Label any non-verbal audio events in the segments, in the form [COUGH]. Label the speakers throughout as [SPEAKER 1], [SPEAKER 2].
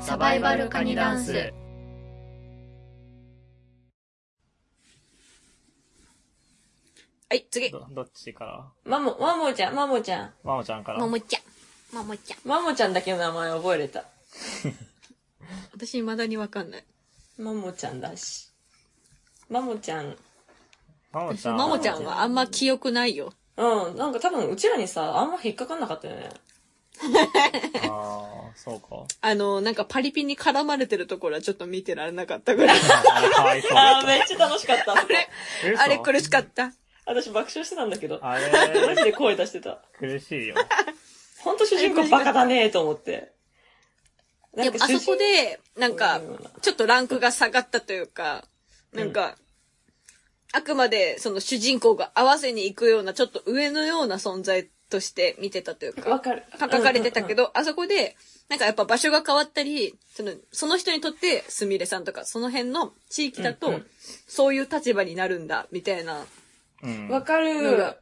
[SPEAKER 1] サバイバルカニダンス。
[SPEAKER 2] はい、次。
[SPEAKER 3] どどっちから
[SPEAKER 2] マモ、マモちゃん、マモちゃん。
[SPEAKER 3] マモちゃんから
[SPEAKER 1] ももちゃん。ももちゃん。
[SPEAKER 2] マモちゃんだけの名前覚えれた。
[SPEAKER 1] 私未だにわかんない。
[SPEAKER 2] マモちゃんだし。マモちゃん。
[SPEAKER 3] マモ
[SPEAKER 1] 私
[SPEAKER 3] ちゃん
[SPEAKER 1] ももちゃんはあんま記憶ないよ。
[SPEAKER 2] うん、なんか多分うちらにさ、あんま引っかかんなかったよね。
[SPEAKER 3] ああそ
[SPEAKER 1] [LAUGHS]
[SPEAKER 3] うか
[SPEAKER 1] あの、なんかパリピに絡まれてるところはちょっと見てられなかったぐらい。
[SPEAKER 3] あれかわいそうだ
[SPEAKER 2] あ
[SPEAKER 3] っ
[SPEAKER 2] ー、めっちゃ楽しかった。あれ
[SPEAKER 3] た嘘
[SPEAKER 1] あれ苦しかった。
[SPEAKER 2] 私爆笑してたんだけど。
[SPEAKER 3] あ
[SPEAKER 2] マジ
[SPEAKER 3] れ
[SPEAKER 2] で声出してた。
[SPEAKER 3] 苦しいよ
[SPEAKER 2] ほんと主人公バカだねーと思って。
[SPEAKER 1] でもあそこで、なんか、ちょっとランクが下がったというか、なんか、あくまでその主人公が合わせに行くような、ちょっと上のような存在として見てたという
[SPEAKER 2] なんわ
[SPEAKER 1] か、
[SPEAKER 2] かる。
[SPEAKER 1] 書かれてたけ
[SPEAKER 2] ど。
[SPEAKER 1] ど、あそこで、なんかやっぱ場所が変わったり、その、その人にとってすみれさんとか、その辺の地域だ
[SPEAKER 2] うんう
[SPEAKER 1] と
[SPEAKER 2] ん、
[SPEAKER 1] そういう立場になるんだ、みたいな
[SPEAKER 3] うん
[SPEAKER 2] わか
[SPEAKER 1] の
[SPEAKER 2] る
[SPEAKER 1] が。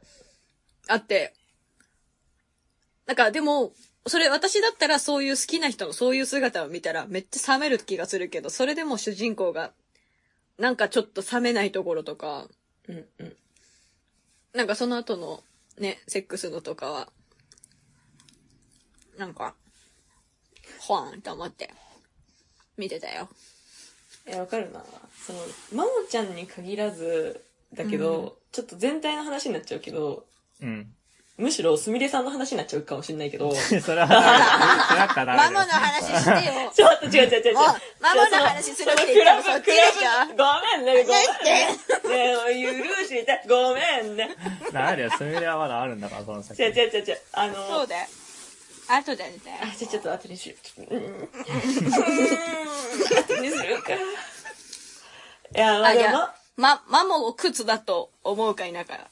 [SPEAKER 1] あって。なんかでも、それ私だったらそういう好きな人のそういう姿を見たらめっちゃ冷める気がするけど、それでも主人公がなんかちょっと冷めないところとか、
[SPEAKER 2] うんうん。
[SPEAKER 1] なんかその後のね、セックスのとかは、なんか、ほわんと思って見てたよ。
[SPEAKER 2] いや、わかるな。その、マモちゃんに限らず、だけど、
[SPEAKER 1] うん
[SPEAKER 2] ちょっと全体の話になっちゃうけど、
[SPEAKER 3] うん [LAUGHS]
[SPEAKER 2] むしろすみれさんの話になっちゃうかもしれないけど、ち
[SPEAKER 3] それはダメだそれはダメだ
[SPEAKER 1] [LAUGHS] マモの話してよ。
[SPEAKER 3] [LAUGHS]
[SPEAKER 2] ょっと違う違う違う違う。
[SPEAKER 1] もうマモの話するって言ったらそっちでしょ
[SPEAKER 2] ょごめんね、ごめんね。ねえ許して、ごめんね。
[SPEAKER 3] ダメだよスミレはまだあるんだからその先
[SPEAKER 2] 違う違う違う違う。あの、
[SPEAKER 1] そうだよ。後でね。
[SPEAKER 2] あ、じゃあちょっと後にしよう。うん。うん後にするか。いや、まあ
[SPEAKER 1] あ、い
[SPEAKER 2] で
[SPEAKER 1] や
[SPEAKER 2] も、
[SPEAKER 1] ま、マモを靴だと思うか否か。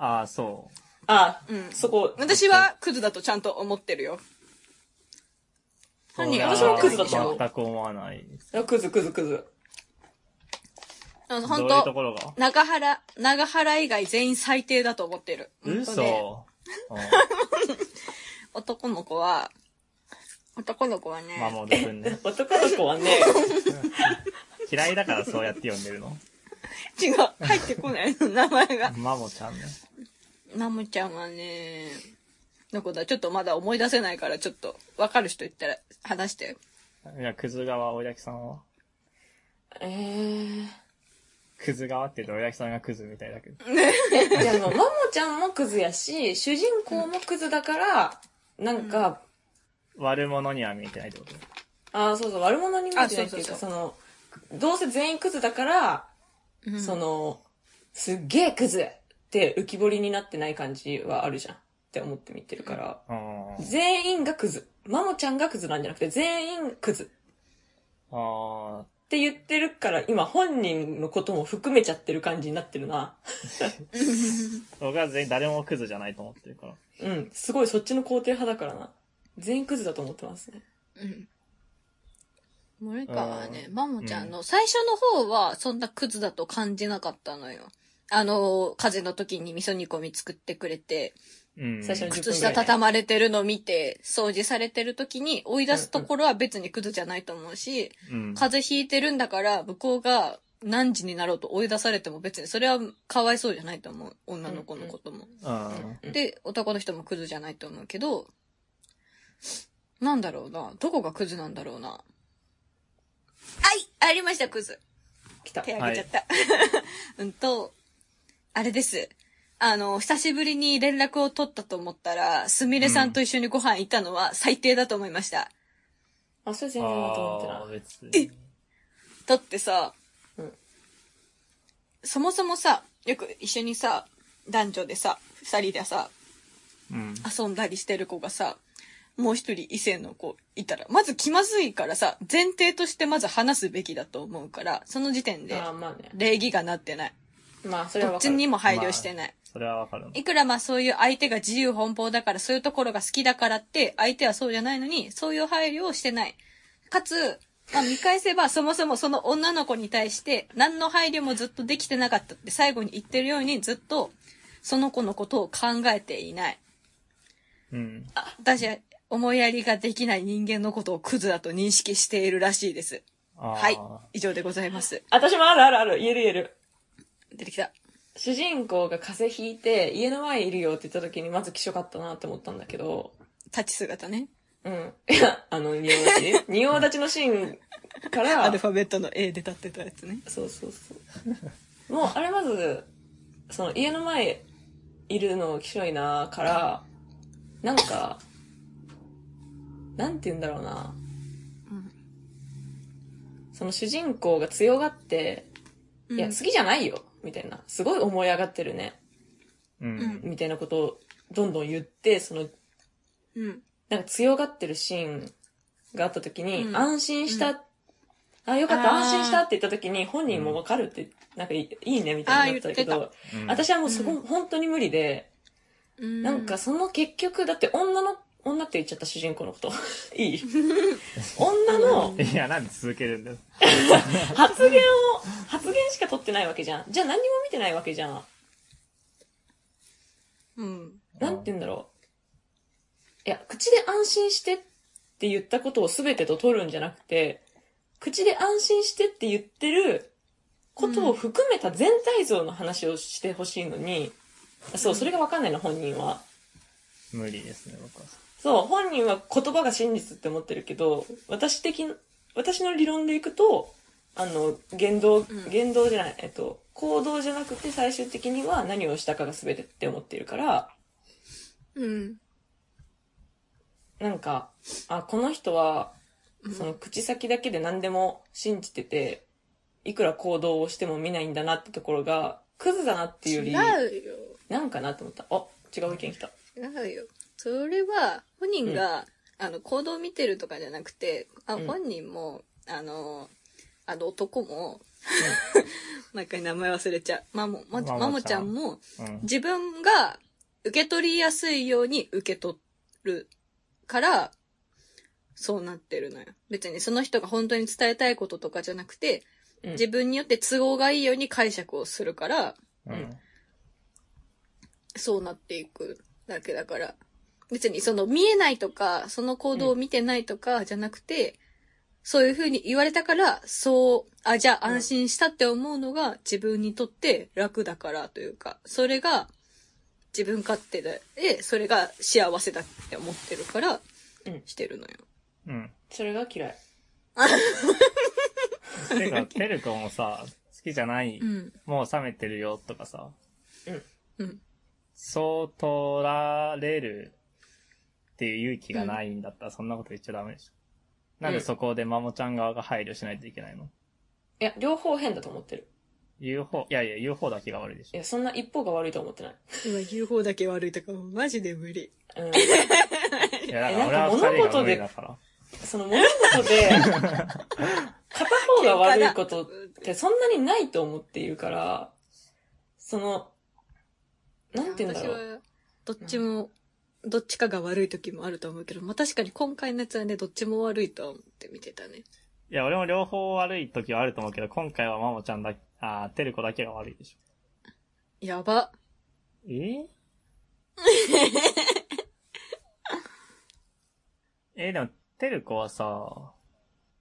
[SPEAKER 3] ああそう
[SPEAKER 2] あ、
[SPEAKER 1] うん
[SPEAKER 2] そこ、
[SPEAKER 1] 私はクズだとちゃんと思ってるよ。
[SPEAKER 3] そう
[SPEAKER 2] 何
[SPEAKER 3] だ
[SPEAKER 2] 私もクズだったの
[SPEAKER 3] 全く思わない
[SPEAKER 2] あクズクズクズ。
[SPEAKER 1] あの
[SPEAKER 3] どうい
[SPEAKER 1] 本
[SPEAKER 3] うと
[SPEAKER 1] 当
[SPEAKER 3] ころが
[SPEAKER 1] 長原、長原以外全員最低だと思ってる。本当ね
[SPEAKER 3] 嘘
[SPEAKER 1] 男の子は、男の子はね、
[SPEAKER 3] マモルくんね
[SPEAKER 2] 男の子はね、
[SPEAKER 3] 嫌いだからそうやって呼んでるの
[SPEAKER 1] 違う、入ってこないの、名前が。
[SPEAKER 3] マモちゃんね
[SPEAKER 1] マモちゃんはね、の子だ、ちょっとまだ思い出せないから、ちょっと、わかる人いったら話して。
[SPEAKER 3] いやクズ側おやきさんは
[SPEAKER 2] えー。
[SPEAKER 3] クズ側って言うとおやきさんがクズみたいだけど
[SPEAKER 2] でも、マモちゃんもクズやし、主人公もクズだから、なんか、
[SPEAKER 3] 悪者には見えてないってこと
[SPEAKER 2] ああ、そうそう、悪者に見えてないっていうか、
[SPEAKER 1] あ
[SPEAKER 2] そ
[SPEAKER 1] そ
[SPEAKER 2] の、どうせ全員クズだから、
[SPEAKER 1] うん
[SPEAKER 2] その、すっげえクズって浮き彫りになってない感じはあるじゃんって思って見てるから、
[SPEAKER 3] あー
[SPEAKER 2] 全員がクズ。マモちゃんがクズなんじゃなくて、全員クズ
[SPEAKER 3] あ
[SPEAKER 2] って言ってるから、今本人のことも含めちゃってる感じになってるな。
[SPEAKER 3] ー僕は全員誰もクズじゃないと思ってるから
[SPEAKER 2] うん、すごいそっちの肯定派だからな。全員クズだと思ってますね。
[SPEAKER 1] うん。森川はね、
[SPEAKER 3] う
[SPEAKER 1] マモちゃんの、最初の方はそんなクズだと感じなかったのよ。あの、風邪の時に味噌煮込み作ってくれて、
[SPEAKER 3] うん
[SPEAKER 2] 最初の10
[SPEAKER 1] 靴下畳まれてるの見て、掃除されてる時に追い出すところは別にクズじゃないと思うし、
[SPEAKER 3] うん
[SPEAKER 1] 風邪ひいてるんだから、向こうが何時になろうと追い出されても別にそれはかわいそうじゃないと思う。女の子のことも。
[SPEAKER 3] うん
[SPEAKER 2] うん
[SPEAKER 1] で、男の人もクズじゃないと思うけど、なんだろうな。どこがクズなんだろうな。はいありました、クズ。
[SPEAKER 2] 来た。
[SPEAKER 1] 手挙げちゃった。 [LAUGHS] うんと、あれです。あの、久しぶりに連絡を取ったと思ったら、すみれさんと一緒にご飯行ったのは最低だと思いました。
[SPEAKER 2] あ、それ全然だと思って
[SPEAKER 3] あ
[SPEAKER 2] な
[SPEAKER 3] あ
[SPEAKER 2] い。
[SPEAKER 3] 別に
[SPEAKER 1] だってさ、
[SPEAKER 2] うん
[SPEAKER 1] そもそもさ、よく一緒にさ、男女でさ、二人でさ、
[SPEAKER 3] うん
[SPEAKER 1] 遊んだりしてる子がさ、もう一人異性の子いたら、まず気まずいからさ、前提としてまず話すべきだと思うから、その時点で
[SPEAKER 2] ああ、まあね。
[SPEAKER 1] 礼儀がなってない。
[SPEAKER 2] まあ、それは
[SPEAKER 1] ど
[SPEAKER 2] わ
[SPEAKER 1] っ
[SPEAKER 2] か
[SPEAKER 1] ち
[SPEAKER 2] る。
[SPEAKER 1] にも配慮してない。
[SPEAKER 3] それはわかるの
[SPEAKER 1] いくらまあそういう相手が自由奔放だから、そういうところが好きだからって、相手はそうじゃないのに、そういう配慮をしてない。かつ、まあ見返せばそもそもその女の子に対して、何の配慮もずっとできてなかったって最後に言ってるように、ずっと、その子のことを考えていない。
[SPEAKER 3] うん
[SPEAKER 1] あ、私、思いやりができない人間のことをクズだと認識しているらしいです。
[SPEAKER 3] あー
[SPEAKER 1] はい。以上でございます。
[SPEAKER 2] 私もあるあるある。言える言える。
[SPEAKER 1] 出てきた。
[SPEAKER 2] 主人公が風邪ひいて、家の前いるよって言った時に、まず気色かったなって思ったんだけど、
[SPEAKER 1] タッチ姿ね。
[SPEAKER 2] うん。いや、
[SPEAKER 1] [LAUGHS]
[SPEAKER 2] あの、仁王立ちね。仁王立ちのシーンか
[SPEAKER 1] ア
[SPEAKER 2] ら
[SPEAKER 1] ル、ファベットの A で立ってたやつね。
[SPEAKER 2] そうそうそう。もう、あれまず、その、家の前いるのきしょいなから、なんか、なんて言うんだろうな。
[SPEAKER 1] うん
[SPEAKER 2] その主人公が強がって、いや、
[SPEAKER 1] うん
[SPEAKER 2] 好きじゃないよ、みたいな。すごい思い上がってるね、
[SPEAKER 3] うん。
[SPEAKER 1] うん
[SPEAKER 2] みたいなことをどんどん言って、その、
[SPEAKER 1] うん。
[SPEAKER 2] なんか強がってるシーンがあった時に、
[SPEAKER 1] うん
[SPEAKER 2] 安心した、
[SPEAKER 1] う
[SPEAKER 2] あ、よかった、
[SPEAKER 1] あー
[SPEAKER 2] 安心したって言った時に、本人もわかるって、なんかいいいいね、みたいになったけ
[SPEAKER 1] あー言
[SPEAKER 2] ど、
[SPEAKER 3] うん
[SPEAKER 2] 私はもうそこ、
[SPEAKER 1] うん
[SPEAKER 2] 本当に無理で、
[SPEAKER 1] うん
[SPEAKER 2] なんか、その結局、だって女の、女って言っちゃった主人公のこと。 [LAUGHS] い
[SPEAKER 1] [LAUGHS]
[SPEAKER 2] い女の
[SPEAKER 3] いや、なんで続けるんだよ。
[SPEAKER 2] 発言を、発言しか取ってないわけじゃん。じゃあ何も見てないわけじゃん。
[SPEAKER 1] うん。
[SPEAKER 2] なんて言うんだろう。いや、口で安心してって言ったことを全てと取るんじゃなくて、口で安心してって言ってることを含めた全体像の話をしてほしいのに、そう、それがわかんないの、本人は。
[SPEAKER 3] 無理ですね、僕は。
[SPEAKER 2] そう、本人は言葉が真実って思ってるけど、私的、私の理論でいくと、あの、言動、言動じゃない、えっと、行動じゃなくて最終的には何をしたかが全てって思っているから、
[SPEAKER 1] うん。
[SPEAKER 2] なんか、あ、この人は、その口先だけで何でも信じてて、いくら行動をしても見ないんだなってところが、クズだなっていうより、
[SPEAKER 1] 違うよ。
[SPEAKER 2] なんかなって思った。あ、違う意見来た。
[SPEAKER 1] 違うよ。それは、本人が、あの、行動を見てるとかじゃなくて、あ
[SPEAKER 2] うん
[SPEAKER 1] 本人も、あの、あの男も、 [LAUGHS] 毎回名前忘れちゃう。マモ、マモマ
[SPEAKER 3] マモ
[SPEAKER 1] モち
[SPEAKER 3] ち
[SPEAKER 1] ゃ
[SPEAKER 3] ゃん
[SPEAKER 1] んも、
[SPEAKER 3] うん。
[SPEAKER 1] 自分が受け取りやすいように受け取るから、そうなってるのよ。別にその人が本当に伝えたいこととかじゃなくて、
[SPEAKER 2] うん
[SPEAKER 1] 自分によって都合がいいように解釈をするから、
[SPEAKER 3] うん。
[SPEAKER 1] そうなっていくだけだから。別にその見えないとか、その行動を見てないとかじゃなくて、そういうふうに言われたから、そう、あ、じゃあ安心したって思うのが自分にとって楽だからというか、それが自分勝手で、それが幸せだって思ってるから
[SPEAKER 2] うん、
[SPEAKER 1] してるのよ。
[SPEAKER 2] [LAUGHS]
[SPEAKER 3] うん。
[SPEAKER 2] それが嫌い。
[SPEAKER 3] てか、てるくんもさ、好きじゃない、
[SPEAKER 1] うん。
[SPEAKER 3] もう冷めてるよとかさ、
[SPEAKER 1] うん。
[SPEAKER 3] そう取られるっていう勇気がないんだったら、そんなこと言っちゃダメでしょ。なんでそこでマモちゃん側が配慮しないといけないの
[SPEAKER 2] いや、両方変だと思ってる。
[SPEAKER 3] 言う方、いやいや、言う方だけが悪いでし
[SPEAKER 2] いや、そんな一方が悪いとは思ってない。
[SPEAKER 1] 今言う方だけ悪いとか、マジで無理。
[SPEAKER 2] うん。 [LAUGHS]
[SPEAKER 3] ょ。いや、だ
[SPEAKER 2] え
[SPEAKER 3] から俺は二人が無理だから。
[SPEAKER 2] その物事で、片方が悪いことってそんなにないと思っているから、その、なんて言うんだろう。
[SPEAKER 1] 私はどっちも、どっちかが悪い時もあると思うけど、まあ、確かに今回のやつはね、どっちも悪いとは思って見てたね。
[SPEAKER 3] いや、俺も両方悪い時はあると思うけど、今回はマモちゃんだ、あー、てる子だけが悪いでしょ。
[SPEAKER 1] やば。
[SPEAKER 3] え [LAUGHS] ええでも、てる子はさ、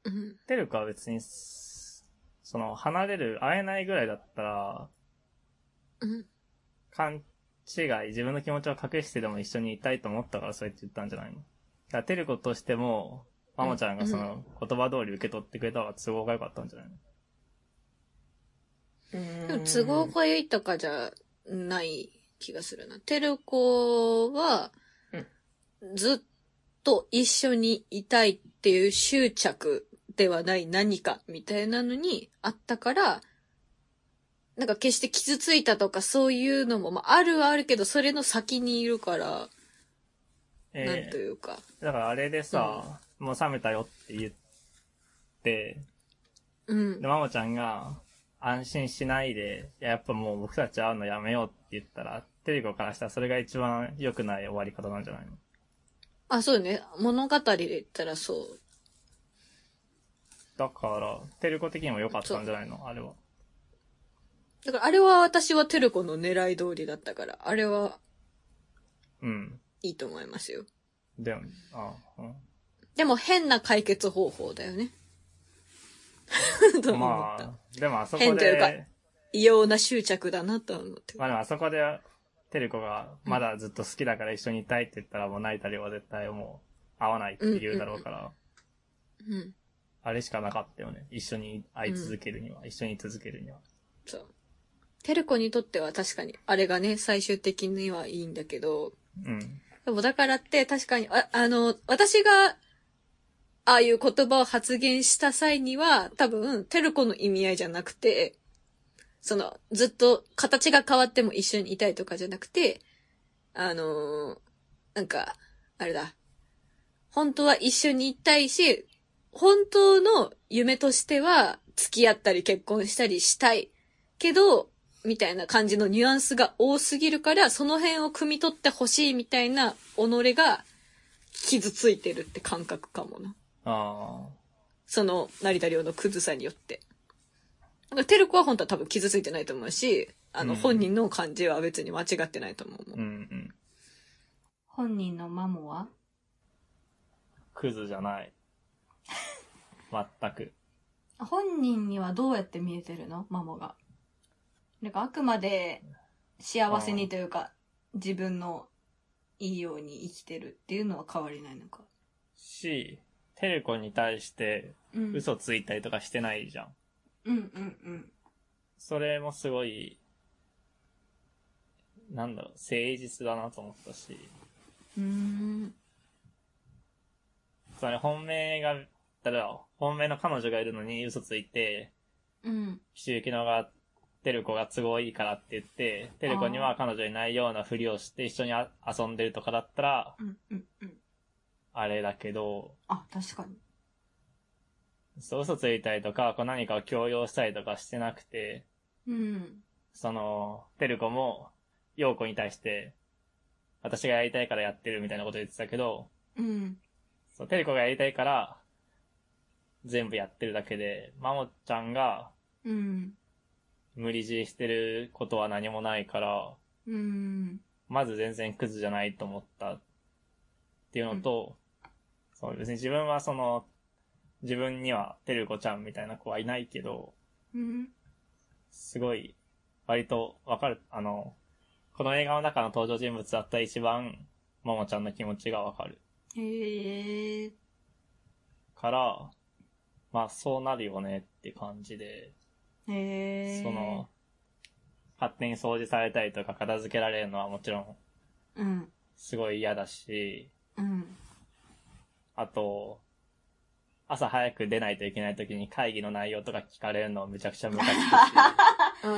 [SPEAKER 1] うん。
[SPEAKER 3] てるかは別にす、その、離れる、会えないぐらいだったら、
[SPEAKER 1] うん。
[SPEAKER 3] 勘違い、自分の気持ちを隠してでも一緒にいたいと思ったからそうやって言ったんじゃないのだから、てる子としても、ママちゃんがその、言葉通り受け取ってくれた方が都合が良かったんじゃないの
[SPEAKER 1] でも都合がいいとかじゃない気がするな。てる子は、ずっと一緒にいたいっていう執着ではない何かみたいなのにあったから、なんか決して傷ついたとかそういうのも、まあ、あるはあるけど、それの先にいるから、なん
[SPEAKER 3] え
[SPEAKER 1] というか。
[SPEAKER 3] えだからあれでさ、もう冷めたよって言って、
[SPEAKER 1] うん
[SPEAKER 3] で、。ママちゃんが、安心しないで、いや、やっぱもう僕たち会うのやめようって言ったら、テレコからしたらそれが一番良くない終わり方なんじゃないの
[SPEAKER 1] あ、そうね。物語で言ったらそう。
[SPEAKER 3] だから、テレコ的にも良かったんじゃないのあれは。
[SPEAKER 1] だからあれは私はテルコの狙い通りだったから、あれは
[SPEAKER 3] うん。
[SPEAKER 1] いいと思いますよ。
[SPEAKER 3] だよね。ああ、うん。
[SPEAKER 1] でも変な解決方法だよね。 [LAUGHS] と思った、
[SPEAKER 3] まあ、でもあそこ
[SPEAKER 1] 変というか
[SPEAKER 3] で、
[SPEAKER 1] 異様な執着だなと思って。
[SPEAKER 3] まあでもあそこで、テルコがまだずっと好きだから一緒にいたいって言ったら、もう泣いたりは絶対もう合わないって言うだろうから、
[SPEAKER 1] うん。
[SPEAKER 3] あれしかなかったよね。一緒に会い続けるには、一緒に続けるには。
[SPEAKER 1] そう。テルコにとっては確かに、あれがね、最終的にはいいんだけど、
[SPEAKER 3] うん。
[SPEAKER 1] でもだからって確かに、ああの、私が、ああいう言葉を発言した際には、多分、テルコの意味合いじゃなくて、その、ずっと形が変わっても一緒にいたいとかじゃなくて、あのーなんか、あれだ。本当は一緒にいたいし、本当の夢としては、付き合ったり結婚したりしたい。けど、みたいな感じのニュアンスが多すぎるから、その辺を汲み取ってほしいみたいな、己が傷ついてるって感覚かもな。
[SPEAKER 3] ああ。
[SPEAKER 1] その、成田凌のクズさによって。なんか、テルコは本当は多分傷ついてないと思うし、あの、
[SPEAKER 3] うん
[SPEAKER 1] 本人の感じは別に間違ってないと思うもん。
[SPEAKER 3] うんうん。
[SPEAKER 1] 本人のマモは
[SPEAKER 3] クズじゃない。全く。
[SPEAKER 1] 本人にはどうやって見えてるのマモが。なんかあくまで幸
[SPEAKER 3] せに
[SPEAKER 1] というか、自分のいいように生きてるっていうのは変わりないのか。
[SPEAKER 3] し、テルコに対して
[SPEAKER 1] うん
[SPEAKER 3] 嘘ついたりとかしてないじゃん。
[SPEAKER 1] うんうんうん。
[SPEAKER 3] それもすごい、なんだろう、誠実だなと思ったし、
[SPEAKER 1] うーん。
[SPEAKER 3] それ本命が、だから、本命の彼女がいるのに嘘ついて、
[SPEAKER 1] うん。
[SPEAKER 3] 岸由紀乃が、テルコが都合いいからって言って、テルコには彼女いないようなふりをして一緒にあ遊んでるとかだったら、
[SPEAKER 1] うんうんうん。
[SPEAKER 3] あれだけど、
[SPEAKER 1] あ、確かに。
[SPEAKER 3] そう嘘ついたりとか、こう何かを強要したりとかしてなくて、
[SPEAKER 1] うん。
[SPEAKER 3] その、テルコも、陽子に対して、私がやりたいからやってるみたいなこと言ってたけど、
[SPEAKER 1] うん。
[SPEAKER 3] そう、テルコがやりたいから、全部やってるだけで、マモちゃんが
[SPEAKER 1] うん。
[SPEAKER 3] 無理強いしてることは何もないから、
[SPEAKER 1] うん。
[SPEAKER 3] まず全然クズじゃないと思ったっていうのと、そう、別に自分はその、自分にはテルコちゃんみたいな子はいないけど、
[SPEAKER 1] うん。
[SPEAKER 3] すごい、割とわかる、あの、この映画の中の登場人物だったら一番、ももちゃんの気持ちがわかる。
[SPEAKER 1] へえ。
[SPEAKER 3] から、まあそうなるよねって感じで、
[SPEAKER 1] へえ。
[SPEAKER 3] その、、勝手に掃除されたりとか片付けられるのはもちろん、
[SPEAKER 1] うん。
[SPEAKER 3] すごい嫌だし、
[SPEAKER 1] うん。
[SPEAKER 3] あと、朝早く出ないといけない時に会議の内容とか聞かれるのめちゃくちゃムカつくし、
[SPEAKER 2] あ、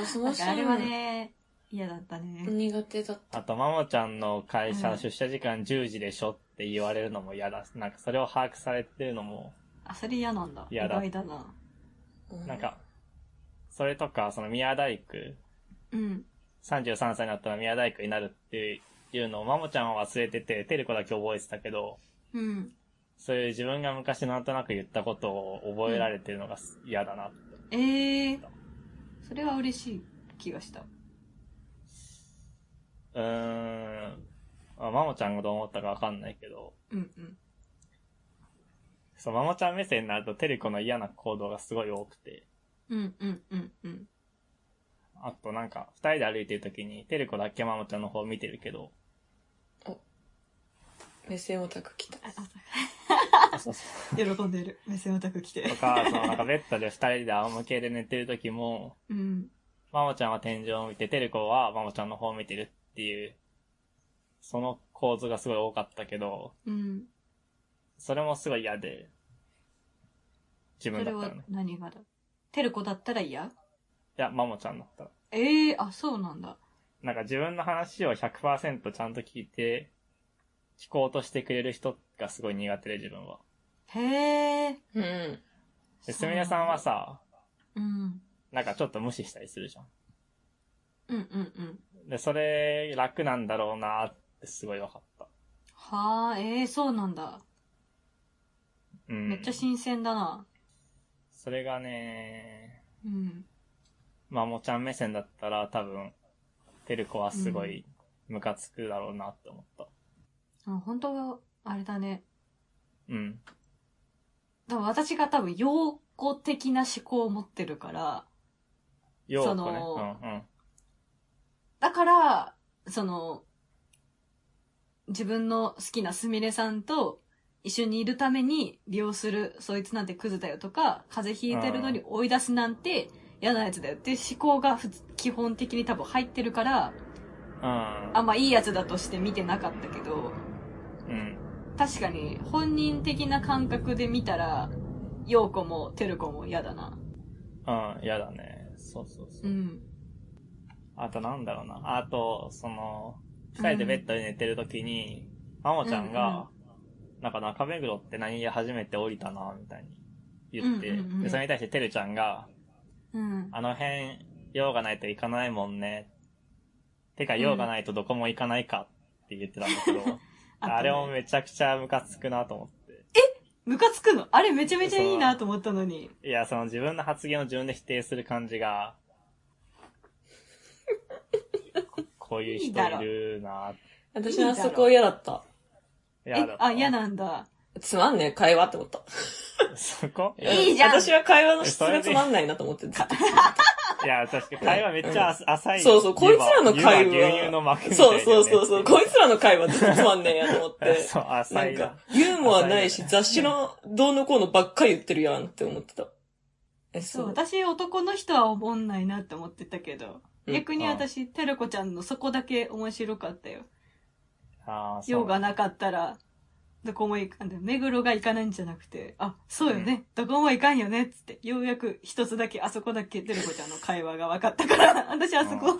[SPEAKER 2] そ
[SPEAKER 4] な
[SPEAKER 2] の
[SPEAKER 4] ん
[SPEAKER 2] シ
[SPEAKER 4] かあれ
[SPEAKER 2] ー
[SPEAKER 4] は
[SPEAKER 2] ン
[SPEAKER 4] ね、嫌だったね。
[SPEAKER 2] 苦手だっ
[SPEAKER 3] あと、マモちゃんの会
[SPEAKER 4] う
[SPEAKER 3] 社
[SPEAKER 4] ん
[SPEAKER 3] 出社時間10時でしょって言われるのも嫌だし、なんかそれを把握されてるのも、
[SPEAKER 4] あ、それ嫌なんだ。意
[SPEAKER 3] 嫌だ
[SPEAKER 4] 外だな。
[SPEAKER 2] た。
[SPEAKER 3] なんか、それとか、その宮大工、
[SPEAKER 4] うん。
[SPEAKER 3] 33歳になったら宮大工になるっていうのをマモちゃんは忘れてて、テルコだけ覚えてたけど、
[SPEAKER 4] うん。
[SPEAKER 3] そういう自分が昔なんとなく言ったことを覚えられてるのが嫌だなって。
[SPEAKER 4] ええー。それは嬉しい気がした。
[SPEAKER 3] うーん。まマモちゃんがどう思ったかわかんないけど、
[SPEAKER 4] うんうん。
[SPEAKER 3] そう、マモちゃん目線になるとテルコの嫌な行動がすごい多くて、
[SPEAKER 4] うんうんうんうん。
[SPEAKER 3] あとなんか、二人で歩いてる時に、テルコだけマモちゃんの方見てるけど、
[SPEAKER 2] 目線オタク来た。
[SPEAKER 4] 喜んでる。目線オタク来て
[SPEAKER 3] と。か、そのなんかベッドで二人で仰向けで寝てる時も、
[SPEAKER 4] うん。
[SPEAKER 3] マモちゃんは天井を見て、テルコはマモちゃんの方を見てるっていう、その構図がすごい多かったけど、
[SPEAKER 4] うん。
[SPEAKER 3] それもすごい嫌で、自
[SPEAKER 4] そ
[SPEAKER 3] 分だ
[SPEAKER 4] れ
[SPEAKER 3] ったら
[SPEAKER 4] は
[SPEAKER 3] ね。
[SPEAKER 4] 何がだテルコだったら嫌
[SPEAKER 3] いや、マモちゃんだったら。
[SPEAKER 4] ええー、あ、そうなんだ。
[SPEAKER 3] なんか自分の話を100%ちゃんと聞いて、聞こうとしてくれる人がすごい苦手で自分は。
[SPEAKER 4] へえ。
[SPEAKER 2] うん。
[SPEAKER 3] で、す
[SPEAKER 4] そう
[SPEAKER 3] み
[SPEAKER 4] なんだ
[SPEAKER 3] れさんはさ、
[SPEAKER 4] うん。
[SPEAKER 3] なんかちょっと無視したりするじゃん。
[SPEAKER 4] うんうんうん。
[SPEAKER 3] で、それ楽なんだろうなーってすごい分かった。
[SPEAKER 4] はあ、ええー、そうなんだ。
[SPEAKER 3] うん。
[SPEAKER 4] めっちゃ新鮮だな。
[SPEAKER 3] それがね
[SPEAKER 4] うん。
[SPEAKER 3] まあもちゃん目線だったら多分、てる子はすごいムカつくだろうなって思った。
[SPEAKER 4] あ本当は
[SPEAKER 1] あれだね。
[SPEAKER 3] うん。
[SPEAKER 1] でも私が多分、用語的な思考を持ってるから、
[SPEAKER 3] よう
[SPEAKER 1] そ
[SPEAKER 3] こ
[SPEAKER 1] の
[SPEAKER 3] ね。うんうん。
[SPEAKER 1] だから、その、自分の好きなすみれさんと一緒にいるために利用する、そいつなんてクズだよとか、風邪ひいてるのに追い出すなんて嫌なやつだよっていう思考がふつ基本的に多分入ってるから、
[SPEAKER 3] あ
[SPEAKER 1] あんまいいやつだとして見てなかったけど、
[SPEAKER 3] うん。
[SPEAKER 1] 確かに本人的な感覚で見たら、陽子もテル子も嫌だな。
[SPEAKER 3] ああ、嫌だね。そうそうそうう。
[SPEAKER 1] ん。
[SPEAKER 3] あとなんだろうな。あと、その、二人でベッドで寝てるときに、あもちゃんが、なんか中目黒って何や初めて降りたな、みたいに言って、
[SPEAKER 1] うんうんうん
[SPEAKER 3] でそれに対しててるちゃんが、
[SPEAKER 1] うん。
[SPEAKER 3] あの辺、用がないと行かないもんね。てか、用がないとどこも行かないかって言ってたんだ
[SPEAKER 1] [LAUGHS]
[SPEAKER 3] けど、
[SPEAKER 1] とね
[SPEAKER 3] あれもめちゃくちゃムカつくなと思って。
[SPEAKER 1] ムカつくのあれめちゃめちゃいいなと思ったのに。
[SPEAKER 3] いや、その自分の発言を自分で否定する感じ
[SPEAKER 2] [LAUGHS]
[SPEAKER 3] が、ここういう人いるなぁ。
[SPEAKER 2] 私はそこ嫌だった。
[SPEAKER 3] い
[SPEAKER 1] え
[SPEAKER 3] だっ、た
[SPEAKER 1] あ、嫌。なんだ。
[SPEAKER 2] つまんねえ会話って思った。
[SPEAKER 3] そ
[SPEAKER 2] [LAUGHS]
[SPEAKER 3] こ
[SPEAKER 1] いいじゃん
[SPEAKER 2] 私は会話の質がつまんないなと思ってずっと
[SPEAKER 3] いや、確かに会話めっちゃ浅浅い。
[SPEAKER 2] そうそう、こいつらの会
[SPEAKER 3] 湯
[SPEAKER 2] 話。
[SPEAKER 3] が牛乳の膜みたいな
[SPEAKER 2] そ
[SPEAKER 3] ね
[SPEAKER 2] うそうそうそう、こいつらの会話ずっとつまんねえやと思って。
[SPEAKER 3] [LAUGHS] そう、
[SPEAKER 2] な
[SPEAKER 3] 浅
[SPEAKER 2] ん
[SPEAKER 3] い
[SPEAKER 2] か
[SPEAKER 3] な。、
[SPEAKER 2] ユーモアないし、
[SPEAKER 3] 浅
[SPEAKER 2] 雑誌のどうのこうのばっかり言ってるやんって思ってた。え、
[SPEAKER 1] そ、
[SPEAKER 2] そうう。
[SPEAKER 1] 私男の人は思んないなって思ってたけど、
[SPEAKER 2] うん
[SPEAKER 1] 逆に私、てるこちゃんのそこだけ面白かったよ。
[SPEAKER 3] ああ、そう
[SPEAKER 1] 用がなかったら、どこも行かんで、目黒が行かないんじゃなくて、あ、そうよね、どこも行かんよね、っつって、ようやく一つだけ、あそこだけてるこちゃんの会話が分かったから、 [LAUGHS] 私あそこ、よ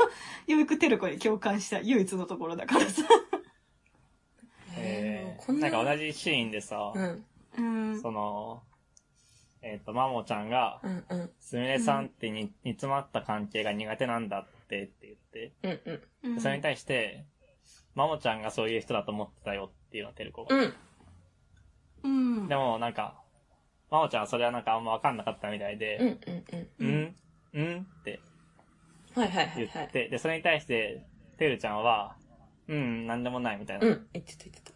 [SPEAKER 1] うやくてるこに共感した唯一のところだからさ。
[SPEAKER 3] えー、
[SPEAKER 2] こん
[SPEAKER 3] な
[SPEAKER 2] なん
[SPEAKER 3] か同じシーンでさ、
[SPEAKER 2] うん、
[SPEAKER 1] うん。
[SPEAKER 3] その、えっ、と、マモちゃんが
[SPEAKER 2] う、ん、うん、
[SPEAKER 3] すみれさんってに、煮詰まった関係が苦手なんだってって言って、
[SPEAKER 2] うん、うん。
[SPEAKER 1] うん
[SPEAKER 3] それに対して、マモちゃんがそういう人だと思ってたよっていうのはてる子が。
[SPEAKER 2] うん、
[SPEAKER 1] うん。
[SPEAKER 3] でもなんか、マモちゃんはそれはなんかあんまわかんなかったみたい
[SPEAKER 2] うん、
[SPEAKER 3] で、
[SPEAKER 2] うん、うん。
[SPEAKER 1] う
[SPEAKER 3] うんん、うんって
[SPEAKER 2] はいはいは
[SPEAKER 3] 言
[SPEAKER 2] い
[SPEAKER 3] って、
[SPEAKER 2] はい。
[SPEAKER 3] で、それに対して、てるちゃんは、うん、なんでもないみたいな。
[SPEAKER 2] うん、言ってた言ってた。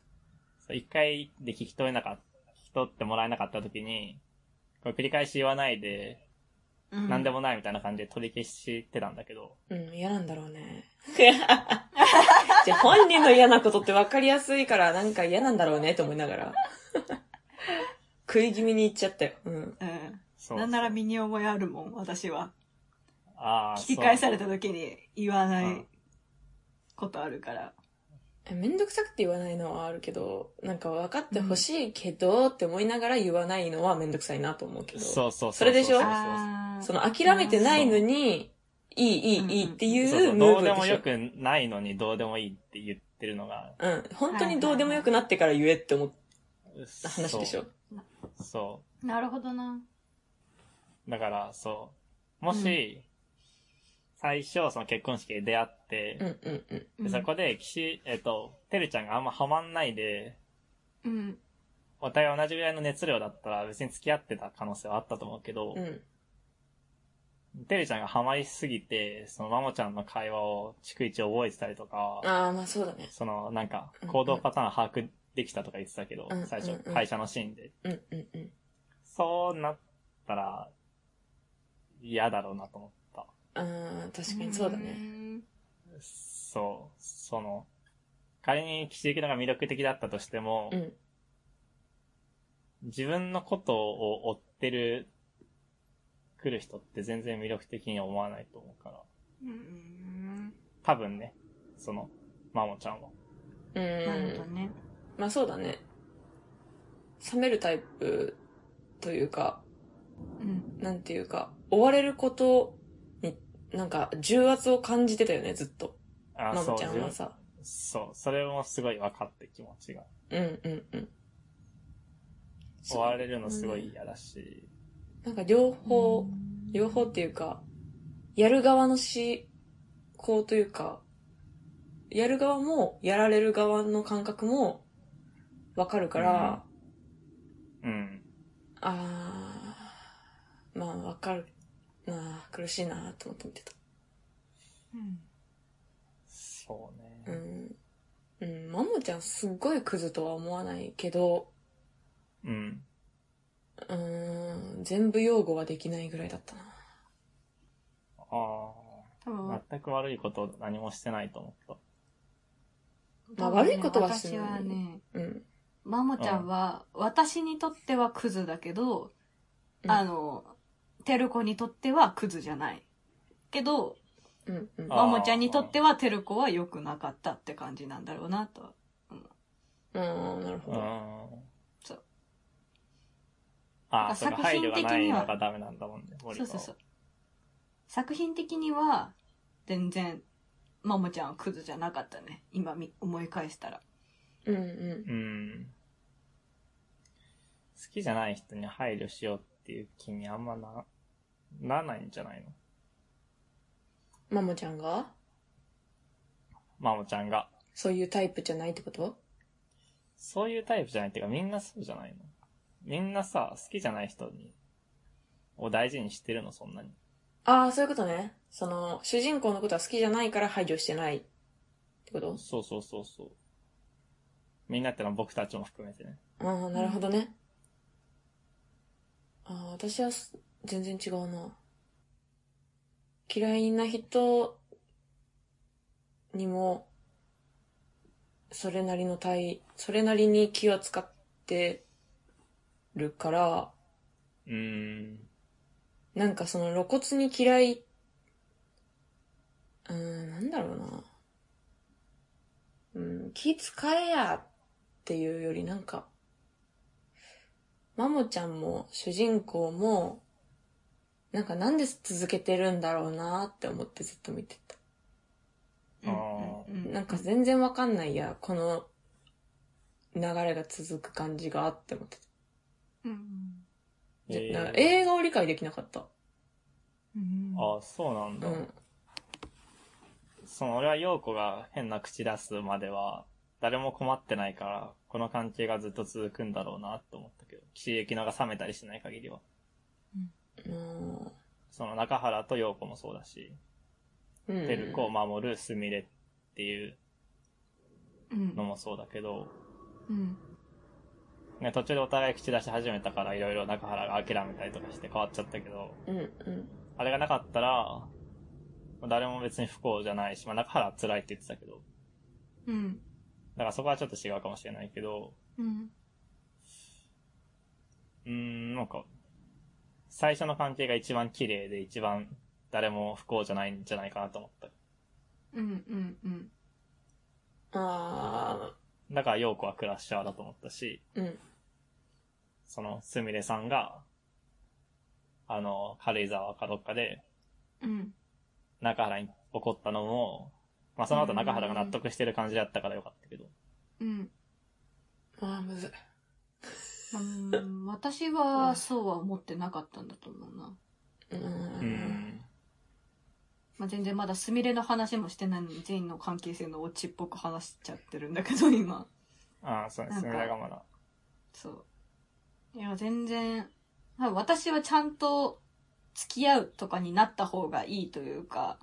[SPEAKER 3] そう一回で聞き取れなかった、聞き取ってもらえなかった時に、これ繰り返し言わないで、
[SPEAKER 1] うん、
[SPEAKER 3] なんでもないみたいな感じで取り消してたんだけど、
[SPEAKER 2] うん、嫌なんだろ
[SPEAKER 3] [LAUGHS]
[SPEAKER 2] うね。じゃあ本人の嫌なことって分かりやすいから、なんか嫌なんだろうねって思いながら。食い気味に言っちゃったよ。うん。
[SPEAKER 1] うん。
[SPEAKER 3] そう
[SPEAKER 1] なんなら身に覚えあるもん、私は。
[SPEAKER 3] ああ、
[SPEAKER 1] 聞き返され
[SPEAKER 3] れ
[SPEAKER 1] た時に言わな
[SPEAKER 3] う
[SPEAKER 1] い
[SPEAKER 3] ん
[SPEAKER 1] ことあるから。
[SPEAKER 2] えめんどくさくて言わないのはあるけど、なんか分かってほしいけどって思いながら言わないのはめんどくさいなと思うけど。
[SPEAKER 3] そうそううう。
[SPEAKER 2] それでしょ
[SPEAKER 3] うう
[SPEAKER 1] あー
[SPEAKER 2] その諦めてないのに、いいいいいいって
[SPEAKER 3] そう
[SPEAKER 2] い
[SPEAKER 3] そうう
[SPEAKER 2] ムー
[SPEAKER 3] ど
[SPEAKER 2] ブ
[SPEAKER 3] う
[SPEAKER 2] で
[SPEAKER 3] で
[SPEAKER 2] しょ。
[SPEAKER 3] もよくないのにどうでもいいって言ってるのが、
[SPEAKER 2] うん。本当にどうでもよくなってから言えって思った話でしょ。
[SPEAKER 3] そう。そ
[SPEAKER 1] なるほどな。
[SPEAKER 3] う。だから、そう。もし、最初、その結婚式で出会って、
[SPEAKER 2] うんうんうん。
[SPEAKER 1] う
[SPEAKER 3] で
[SPEAKER 1] ん
[SPEAKER 3] そこで、岸、えっ、と、てるちゃんがあんまハマんないで、
[SPEAKER 1] うん。
[SPEAKER 3] お互い同じぐらいの熱量だったら別に付き合ってた可能性はあったと思うけど
[SPEAKER 2] う、ん。
[SPEAKER 3] てるちゃんがハマりすぎて、そのマモちゃんの会話を逐一覚えてたりとか、
[SPEAKER 2] ああ、まあそうだね。
[SPEAKER 3] そのなんか
[SPEAKER 2] うんうん
[SPEAKER 3] 行動パターン把握できたとか言ってたけど
[SPEAKER 2] うんうんう、ん
[SPEAKER 3] 最初会社のシーンで。
[SPEAKER 2] うんうんうん。
[SPEAKER 3] そうなったら嫌だろうなと思った。
[SPEAKER 2] ああ、確かにそうだね。
[SPEAKER 1] ん。
[SPEAKER 3] そう、その、仮に岸行きのが魅力的だったとしても
[SPEAKER 2] う、ん。
[SPEAKER 3] 自分のことを追ってる、来る人って全然魅力的に思わないと思うから。
[SPEAKER 1] うん。
[SPEAKER 3] 多分ね、その、マモちゃんは。
[SPEAKER 2] う
[SPEAKER 1] なるほど
[SPEAKER 2] ん。
[SPEAKER 1] ね。
[SPEAKER 2] まあそうだね。冷めるタイプというか、
[SPEAKER 1] うん。
[SPEAKER 2] なんていうか、追われることに、なんか重圧を感じてたよね、ずっと。
[SPEAKER 3] あ
[SPEAKER 2] マ
[SPEAKER 3] そ
[SPEAKER 2] モ
[SPEAKER 3] う
[SPEAKER 2] ちゃんは
[SPEAKER 3] 自分
[SPEAKER 2] さ。
[SPEAKER 3] そう、それもすごい分かって気持ちが。
[SPEAKER 2] うんうんうん。
[SPEAKER 3] 追われるのすごい嫌だし。
[SPEAKER 2] なんか両方、両方っていうか、やる側の思考というか、やる側も、やられる側の感覚も、わかるから、
[SPEAKER 3] うん。
[SPEAKER 2] あー、まあわかるなあ苦しいなあと思って見てた。
[SPEAKER 1] うん
[SPEAKER 3] そう
[SPEAKER 2] う
[SPEAKER 3] ね。
[SPEAKER 2] ん。うん、マモちゃんすっごいクズとは思わないけど、
[SPEAKER 3] うん。
[SPEAKER 2] うーん、全部擁護はできないぐらいだったな。
[SPEAKER 3] あ
[SPEAKER 1] 多分
[SPEAKER 3] あ、全く悪いこと何もしてないと思っ
[SPEAKER 2] まあ悪いことはしない
[SPEAKER 1] 私はね、
[SPEAKER 2] うん。
[SPEAKER 1] マモちゃんは、私にとってはクズだけど、
[SPEAKER 2] うん
[SPEAKER 1] あの、テルコにとってはクズじゃない。けど、
[SPEAKER 2] うん、うん。
[SPEAKER 3] あ
[SPEAKER 1] マモちゃんにとってはテルコは良くなかったって感じなんだろうなとは。
[SPEAKER 2] うん、なる
[SPEAKER 3] た。
[SPEAKER 2] ほ
[SPEAKER 3] う
[SPEAKER 2] ど。
[SPEAKER 3] ん。
[SPEAKER 1] そう。
[SPEAKER 3] あ
[SPEAKER 1] あ
[SPEAKER 3] あ、それ
[SPEAKER 1] 作
[SPEAKER 3] 配
[SPEAKER 1] 品
[SPEAKER 3] 慮
[SPEAKER 1] 的
[SPEAKER 3] が
[SPEAKER 1] には
[SPEAKER 3] ないのがダメなんだもんね、森
[SPEAKER 1] そう
[SPEAKER 3] 川
[SPEAKER 1] そうそう。作品的には、全然、マモちゃんはクズじゃなかったね。今み思い返したら。
[SPEAKER 2] うん、うん。
[SPEAKER 3] うん。好きじゃない人に配慮しようっていう気にあんまな、ならないんじゃないの
[SPEAKER 2] マモちゃんが
[SPEAKER 3] マモちゃんが。
[SPEAKER 2] そういうタイプじゃないってこと
[SPEAKER 3] そういうタイプじゃないっていうか、みんなそうじゃないのみんなさ、好きじゃない人に、を大事にしてるの、そんなに。
[SPEAKER 2] ああ、そういうことね。その、主人公のことは好きじゃないから排除してないってこと
[SPEAKER 3] そうそうそうそう。みんなってのは僕たちも含めてね。
[SPEAKER 2] ああ、なるほどね。ああ、私はす全然違うな。嫌いな人にも、それなりの対、それなりに気は使ってるから、
[SPEAKER 3] うーん。
[SPEAKER 2] なんかその露骨に嫌い、うーん、なんだろうな。うん、気使えやっていうよりなんか、マモちゃんも主人公も、なんかなんで続けてるんだろうなって思ってずっと見てた。
[SPEAKER 3] あ
[SPEAKER 1] う
[SPEAKER 3] ー
[SPEAKER 1] んうんうん
[SPEAKER 2] なんか全然わかんないや、この流れが続く感じがって思ってた。
[SPEAKER 1] うん
[SPEAKER 2] でなんか
[SPEAKER 3] え
[SPEAKER 2] 映画を理解できなかった。
[SPEAKER 1] うん
[SPEAKER 3] ああ、そうなん
[SPEAKER 2] う
[SPEAKER 3] だ。
[SPEAKER 2] ん。
[SPEAKER 3] その、俺は陽子が変な口出すまでは、誰も困ってないから、この関係がずっと続くんだろうなって思ったけど、岸井ゆきのが冷めたりしない限りは。
[SPEAKER 2] うん
[SPEAKER 3] その中原と陽子もそうだし、
[SPEAKER 2] うん。
[SPEAKER 3] テルコを守るすみれっていう
[SPEAKER 1] うん
[SPEAKER 3] のもそうだけど、
[SPEAKER 1] うん
[SPEAKER 3] ね、途中でお互い口出し始めたから、いろいろ中原が諦めたりとかして変わっちゃったけど、
[SPEAKER 2] うん、うん。
[SPEAKER 3] あれがなかったら、まあ誰も別に不幸じゃないし、まあ中原は辛いって言ってたけど、
[SPEAKER 1] うん
[SPEAKER 3] だからそこはちょっと違うかもしれないけど、
[SPEAKER 1] うん
[SPEAKER 3] うーん、なんか、最初の関係が一番綺麗で一番誰も不幸じゃないんじゃないかなと思った。
[SPEAKER 1] うんうんうん
[SPEAKER 2] ああ、
[SPEAKER 3] だから陽子はクラッシャーだと思ったし、
[SPEAKER 2] うん。
[SPEAKER 3] そのすみれさんが、あの、軽井沢かどっかで
[SPEAKER 1] うん
[SPEAKER 3] 中原に怒ったのも、まあその後中原が納得してる感じだったからよかったけど。
[SPEAKER 1] うん
[SPEAKER 2] ああ、むずい。
[SPEAKER 1] うん私はそうは思ってなかったんだと思うな、
[SPEAKER 2] う
[SPEAKER 3] う。ん。
[SPEAKER 1] まあ、全然まだすみれの話もしてないのに全員の関係性のオチっぽく話しちゃってるんだけど今
[SPEAKER 3] ああ、そうです。
[SPEAKER 1] なん
[SPEAKER 3] す
[SPEAKER 1] か
[SPEAKER 3] みれがまだ。
[SPEAKER 1] そういや全然多分私はちゃんと付き合うとかになった方がいいというか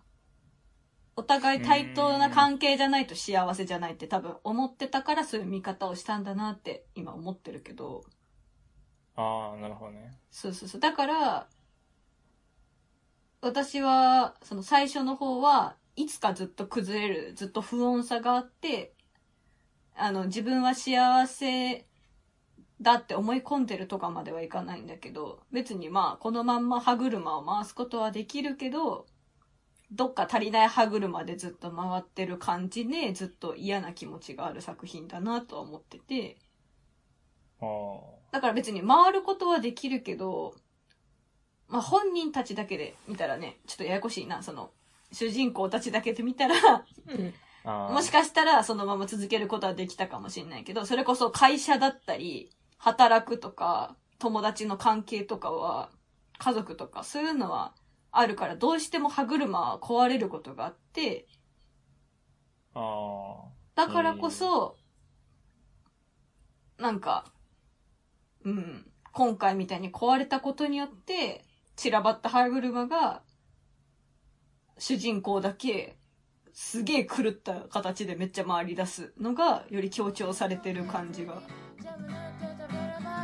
[SPEAKER 1] お互い対等な関係じゃないと幸せじゃないって多分思ってたからそういう見方をしたんだなって今思ってるけど、
[SPEAKER 3] ああ、なるほどね。
[SPEAKER 1] そうそうそう。だから、私は、その最初の方は、いつかずっと崩れる、ずっと不穏さがあって、あの、自分は幸せだって思い込んでるとかまではいかないんだけど、別にまあ、このまんま歯車を回すことはできるけど、どっか足りない歯車でずっと回ってる感じで、ずっと嫌な気持ちがある作品だなとは思ってて、
[SPEAKER 3] ああ。
[SPEAKER 1] だから別に回ることはできるけど、まあ、本人たちだけで見たらね、ちょっとややこしいな、その、主人公たちだけで見たら、
[SPEAKER 2] うん。
[SPEAKER 3] ああ
[SPEAKER 1] もしかしたらそのまま続けることはできたかもしれないけど、それこそ会社だったり、働くとか、友達の関係とかは、家族とか、そういうのはあるから、どうしても歯車は壊れることがあって、
[SPEAKER 3] あ
[SPEAKER 1] だからこそ、なんか、うん、今回みたいに壊れたことによって、散らばった歯車が、主人公だけすげえ狂った形でめっちゃ回り出すのがより強調されてる感じが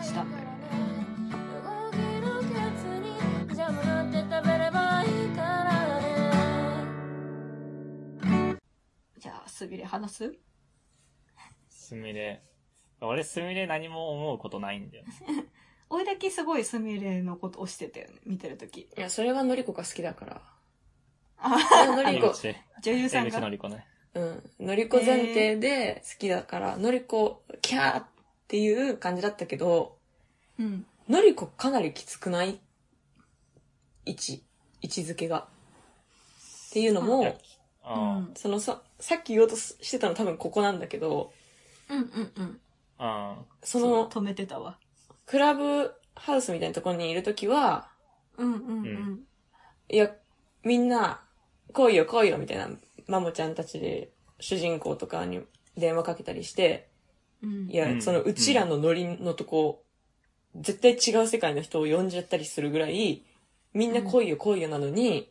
[SPEAKER 1] したんだよね
[SPEAKER 5] 動けるケツにジャムなんて食べればいいからね
[SPEAKER 1] じゃあすびれ話す
[SPEAKER 3] すみれ。俺、すみれ何も思うことないんだよ。
[SPEAKER 1] 俺だけすごいスミレのことをしてたよね見てるとき
[SPEAKER 2] いや、それはのりこが好きだから。
[SPEAKER 1] あ
[SPEAKER 2] それはのり
[SPEAKER 3] 江
[SPEAKER 2] こ、
[SPEAKER 3] 口、
[SPEAKER 1] [LAUGHS] 女優さん
[SPEAKER 3] 江
[SPEAKER 1] が
[SPEAKER 3] 口のりこね。
[SPEAKER 2] うん。のりこ前提で好きだから、のりこ、キャーっていう感じだったけど、
[SPEAKER 1] うん
[SPEAKER 2] のりこかなりきつくない位置、位置づけが。っていうの
[SPEAKER 3] いや
[SPEAKER 2] も、
[SPEAKER 1] う
[SPEAKER 3] う
[SPEAKER 1] ん
[SPEAKER 3] ん。う。
[SPEAKER 1] うん
[SPEAKER 2] そのさ、さっき言おうとしてたの多分ここなんだけど、
[SPEAKER 1] うんうん
[SPEAKER 2] その、
[SPEAKER 1] 止めてたわ
[SPEAKER 2] クラブハウスみたいなところにいるときは、
[SPEAKER 1] うんうん
[SPEAKER 3] う
[SPEAKER 1] うん
[SPEAKER 2] いや、みんな、来いよ来いよみたいな、マモちゃんたちで、主人公とかに電話かけたりして、
[SPEAKER 1] うん
[SPEAKER 2] いや、
[SPEAKER 3] うん
[SPEAKER 2] そのうちらのノリのとこ、絶対違う世界の人を呼んじゃったりするぐらい、みんな来いよ来いよなのに、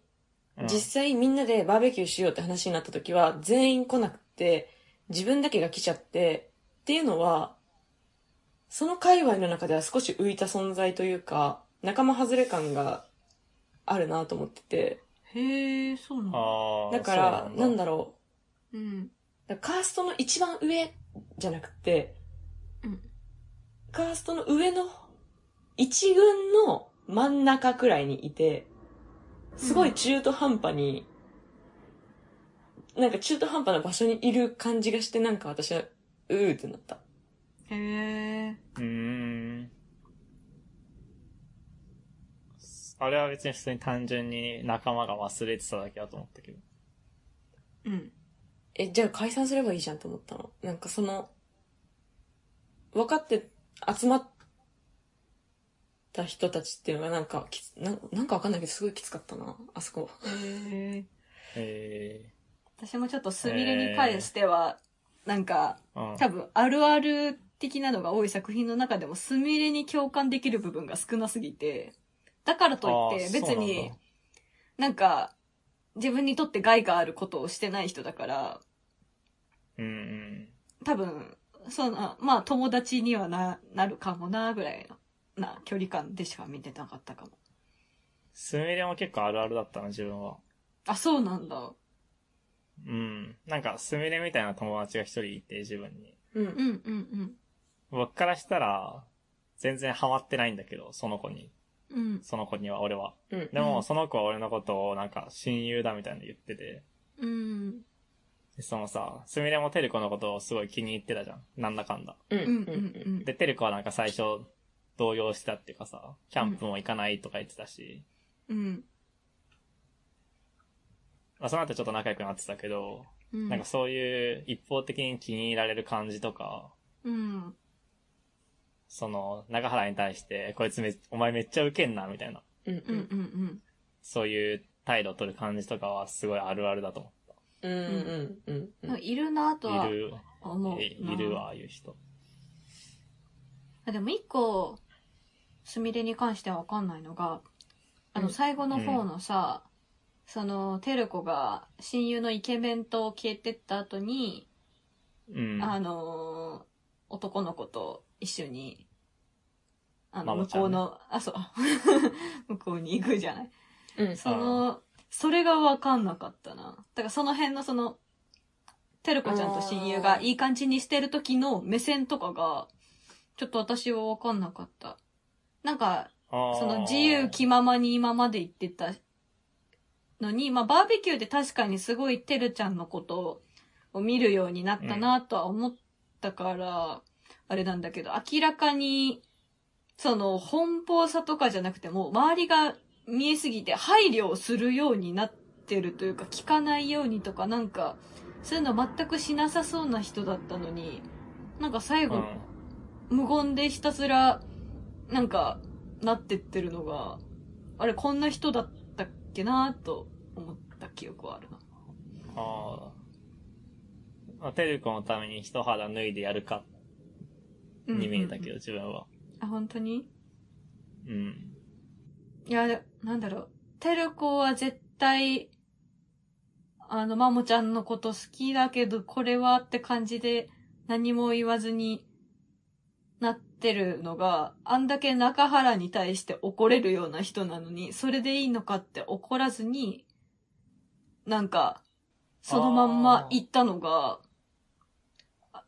[SPEAKER 3] うん
[SPEAKER 2] 実際みんなでバーベキューしようって話になった時は、全員来なくて、自分だけが来ちゃって、っていうのは、その界隈の中では少し浮いた存在というか、仲間外れ感があるなと思ってて、
[SPEAKER 1] へえそうなんだ
[SPEAKER 3] あー
[SPEAKER 2] だから、
[SPEAKER 3] そう
[SPEAKER 2] なんだろ
[SPEAKER 1] うん
[SPEAKER 2] う。だからカーストの一番上じゃなくて、
[SPEAKER 1] うん
[SPEAKER 2] カーストの上の一軍の真ん中くらいにいて、すごい中途半端に、なんか中途半端な場所にいる感じがして、なんか私は、うーってなった。
[SPEAKER 1] へえ
[SPEAKER 3] うーん。あれは別に普通に単純に仲間が忘れてただけだと思ったけど。 [LAUGHS]
[SPEAKER 1] うん
[SPEAKER 2] え、じゃあ解散すればいいじゃんと思ったの。なんかその、分かって集まった人たちっていうのがなんかきつ、なんなんかわかんないけどすごいきつかったな、あそこ。
[SPEAKER 1] へえ
[SPEAKER 3] え
[SPEAKER 1] 私もちょっとスミレに関しては、なんか
[SPEAKER 3] えうん。
[SPEAKER 1] 多分あるある的なのが多い作品の中でもスミレに共感できる部分が少なすぎてだからといって
[SPEAKER 3] あー
[SPEAKER 1] 別になんか自分にとって害があることをしてない人だから
[SPEAKER 3] そうなんだうんうん。
[SPEAKER 1] 多分そのまあ友達にはななるかもなぐらいのな距離感でしか見てなかったかも
[SPEAKER 3] すみれも結構あるあるだったな、自分は。
[SPEAKER 1] あそうなんだ
[SPEAKER 3] うん。なんか、すみれみたいな友達が一人いて、自分に。
[SPEAKER 2] うん
[SPEAKER 1] うんうんうん
[SPEAKER 3] 僕からしたら、全然ハマってないんだけど、その子に。
[SPEAKER 1] うん
[SPEAKER 3] その子には、俺は。
[SPEAKER 2] うん
[SPEAKER 3] でも、その子は俺のことを、なんか、親友だみたいなの言ってて。
[SPEAKER 1] うん
[SPEAKER 3] でそのさ、すみれもてる子のことをすごい気に入ってたじゃん。なんだかんだ。
[SPEAKER 2] うん
[SPEAKER 1] うんうん
[SPEAKER 3] で、てる子はなんか最初、動揺したっていうかさ、キャンプも行かないとか言ってたし、
[SPEAKER 1] うん
[SPEAKER 3] まあ、その後ちょっと仲良くなってたけど、
[SPEAKER 1] うん
[SPEAKER 3] なんかそういう一方的に気に入られる感じとか、
[SPEAKER 1] うん
[SPEAKER 3] その、長原に対して、こいつめ、お前めっちゃウケんな、みたいな、
[SPEAKER 2] うん
[SPEAKER 1] うんうんうん
[SPEAKER 3] そういう態度を取る感じとかはすごいあるあるだと思
[SPEAKER 2] うんうんうんうん
[SPEAKER 1] いるなとは
[SPEAKER 3] う。いる、
[SPEAKER 1] 思う
[SPEAKER 3] いいるわ、ああいう人。
[SPEAKER 1] あでも一個すみれに関しては分かんないのがあ
[SPEAKER 2] う
[SPEAKER 1] の
[SPEAKER 2] ん
[SPEAKER 1] 最後の方のさ、そのテルコが親友のイケメンと消えてった後に、
[SPEAKER 3] うん。
[SPEAKER 1] あのー男の子と一緒にあの
[SPEAKER 3] ママ
[SPEAKER 1] 向
[SPEAKER 3] ちゃん
[SPEAKER 1] こ
[SPEAKER 3] ね
[SPEAKER 1] うの、あそう [LAUGHS] 向こうに行くじゃない
[SPEAKER 2] うん
[SPEAKER 1] そのそれが分かんなかったなだからその辺のそのテルコちゃんと親友
[SPEAKER 2] あ
[SPEAKER 1] が
[SPEAKER 2] ー
[SPEAKER 1] いい感じにしてる時の目線とかがちょっと私は分かんなかったなんか
[SPEAKER 3] あー
[SPEAKER 1] その自由気ままに今まで行ってたのに、まあバーベキューで確かにすごいてるちゃんのことを見るようになったなとは思ったから、あれなんだけど、明らかに、その奔放さとかじゃなくても、周りが見えすぎて配慮をするようになってるというか、聞かないようにとか、なんか、そういうの全くしなさそうな人だったのに、なんか最後、
[SPEAKER 3] うん
[SPEAKER 1] 無言でひたすら、なんか、なってってるのが、あれ、こんな人だったっけなと思った記憶はあるな。
[SPEAKER 3] ああ。まあ、てる子のために一肌脱いでやるか
[SPEAKER 1] うん
[SPEAKER 3] に見えたけど、
[SPEAKER 1] うんうん
[SPEAKER 3] 自分は。
[SPEAKER 1] あ、本当に
[SPEAKER 3] うん。
[SPEAKER 1] いや、でなんだろう。テルコは絶対、あの、まもちゃんのこと好きだけど、これはって感じで何も言わずになってるのが、あんだけ中原に対して怒れるような人なのに、それでいいのかって怒らずに、なんか、そのまんま行ったのが、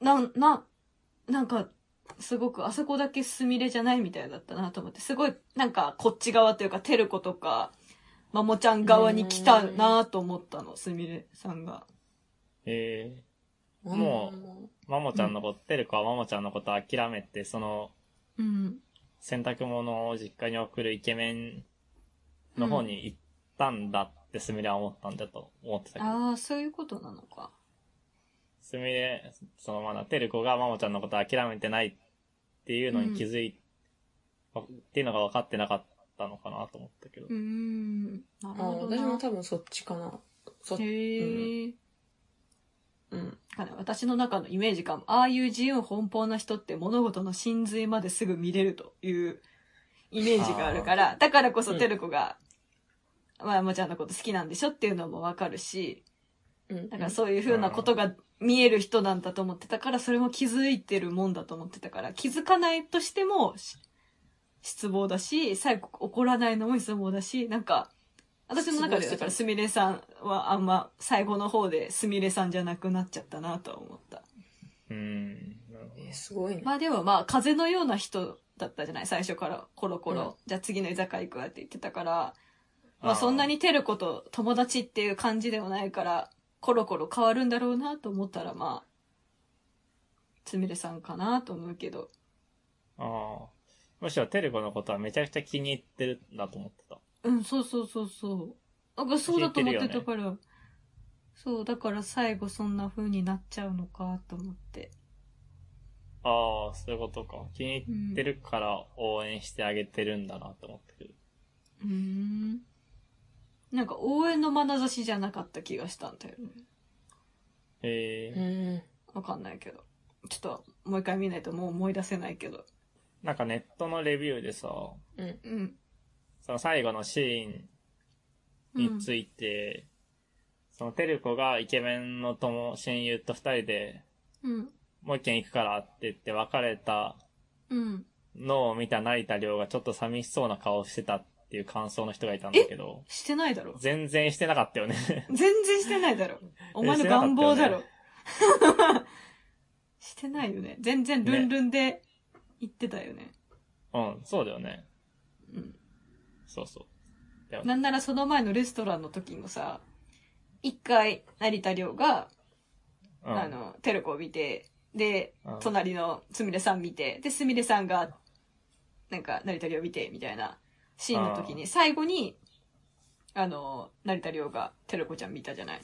[SPEAKER 1] な、な、なんか、すごく、あそこだけすみれじゃないみたいだったなと思って、すごい、なんか、こっち側というか、テルコとか、マモちゃん側に来たなと思ったの、すみれさんが。
[SPEAKER 3] ええもマモちゃんのこと、テルコはマモちゃんのこと諦めて、その、
[SPEAKER 1] うん。
[SPEAKER 3] 洗濯物を実家に送るイケメンの方に行ったんだってすみれは思ったんだと思ってたけど、
[SPEAKER 1] ああ、そういうことなのか。
[SPEAKER 3] すみれ、そのまだテルコがマモちゃんのこと諦めてないっていうのに気づい、っていうのが分かってなかったのかなと思ったけど
[SPEAKER 1] うー、ん。なる
[SPEAKER 2] あ
[SPEAKER 1] ほど
[SPEAKER 2] 私も
[SPEAKER 1] な。
[SPEAKER 2] 多分そっちかな。そ
[SPEAKER 1] へえ。
[SPEAKER 2] うん。
[SPEAKER 1] かね私の中のイメージかも。ああいう自由奔放な人って物事の真髄まですぐ見れるというイメージがあるから、だからこそ
[SPEAKER 2] うん
[SPEAKER 1] テルコが、まあ山ちゃんのこと好きなんでしょっていうのもわかるし、
[SPEAKER 2] うん。
[SPEAKER 1] だからそういうふうなことが見える人なんだと思ってたから、それも気づいてるもんだと思ってたから、気づかないとしてもし失望だし、最後怒らないのも失望だし、なんか、私の中ではだからすみれさんはあんま最後の方ですみれさんじゃなくなっちゃったなとは思った。
[SPEAKER 3] うーん、なるほど
[SPEAKER 2] えーすごいね。
[SPEAKER 1] まあでもまあ風のような人だったじゃない最初からコロコロ、
[SPEAKER 2] うん
[SPEAKER 1] じゃあ次の居酒屋行くわって言ってたから
[SPEAKER 3] あ
[SPEAKER 1] ま
[SPEAKER 3] ー
[SPEAKER 1] あそんなにテルコと友達っていう感じでもないからコロコロ変わるんだろうなと思ったらまあつみれさんかなと思うけど
[SPEAKER 3] ああ。むしろテルコのことはめちゃくちゃ気に入ってるんだと思ってた。
[SPEAKER 1] うんそうそうそうそうなんかそうだと思ってたからそうだから最後そんな風になっちゃうのかと思って
[SPEAKER 3] ああ、そういうことか。気に入ってるから応援してあげてるんだなと思ってる。
[SPEAKER 1] うーんなんか応援の眼差しじゃなかった気がしたんだよね
[SPEAKER 3] え
[SPEAKER 2] う
[SPEAKER 3] え
[SPEAKER 2] ん。
[SPEAKER 1] わかんないけど。ちょっと、もう一回見ないともう思い出せないけど。
[SPEAKER 3] なんかネットのレビューでさ、
[SPEAKER 2] うん。
[SPEAKER 1] うん。
[SPEAKER 3] その最後のシーンについて、そのテルコがイケメンの友、親友と二人で、
[SPEAKER 1] うん。
[SPEAKER 3] もう一軒行くからって言って別れた
[SPEAKER 1] うん。
[SPEAKER 3] のを見た成田亮がちょっと寂しそうな顔してたっていう感想の人がいたんだけど、
[SPEAKER 1] してないだろ。
[SPEAKER 3] 全然してなかったよね。 [LAUGHS]
[SPEAKER 1] 全然してないだろ。お前の
[SPEAKER 3] してなかった
[SPEAKER 1] 願
[SPEAKER 3] よね
[SPEAKER 1] 望だろ。 [LAUGHS] してないよね。全然ルンルンで言ってたよね。
[SPEAKER 3] うん、そうだよね。
[SPEAKER 1] うん。
[SPEAKER 3] そうそう。
[SPEAKER 1] なんならその前のレストランの時もさ、一回、成田凌が、
[SPEAKER 3] うん、
[SPEAKER 1] あの、テルコを見て、で
[SPEAKER 3] うん、
[SPEAKER 1] 隣のすみれさん見て、で、すみれさんが、なんか、成田凌を見て、みたいなシーンの時に、最後に、あの、成田凌がテルコちゃん見たじゃない。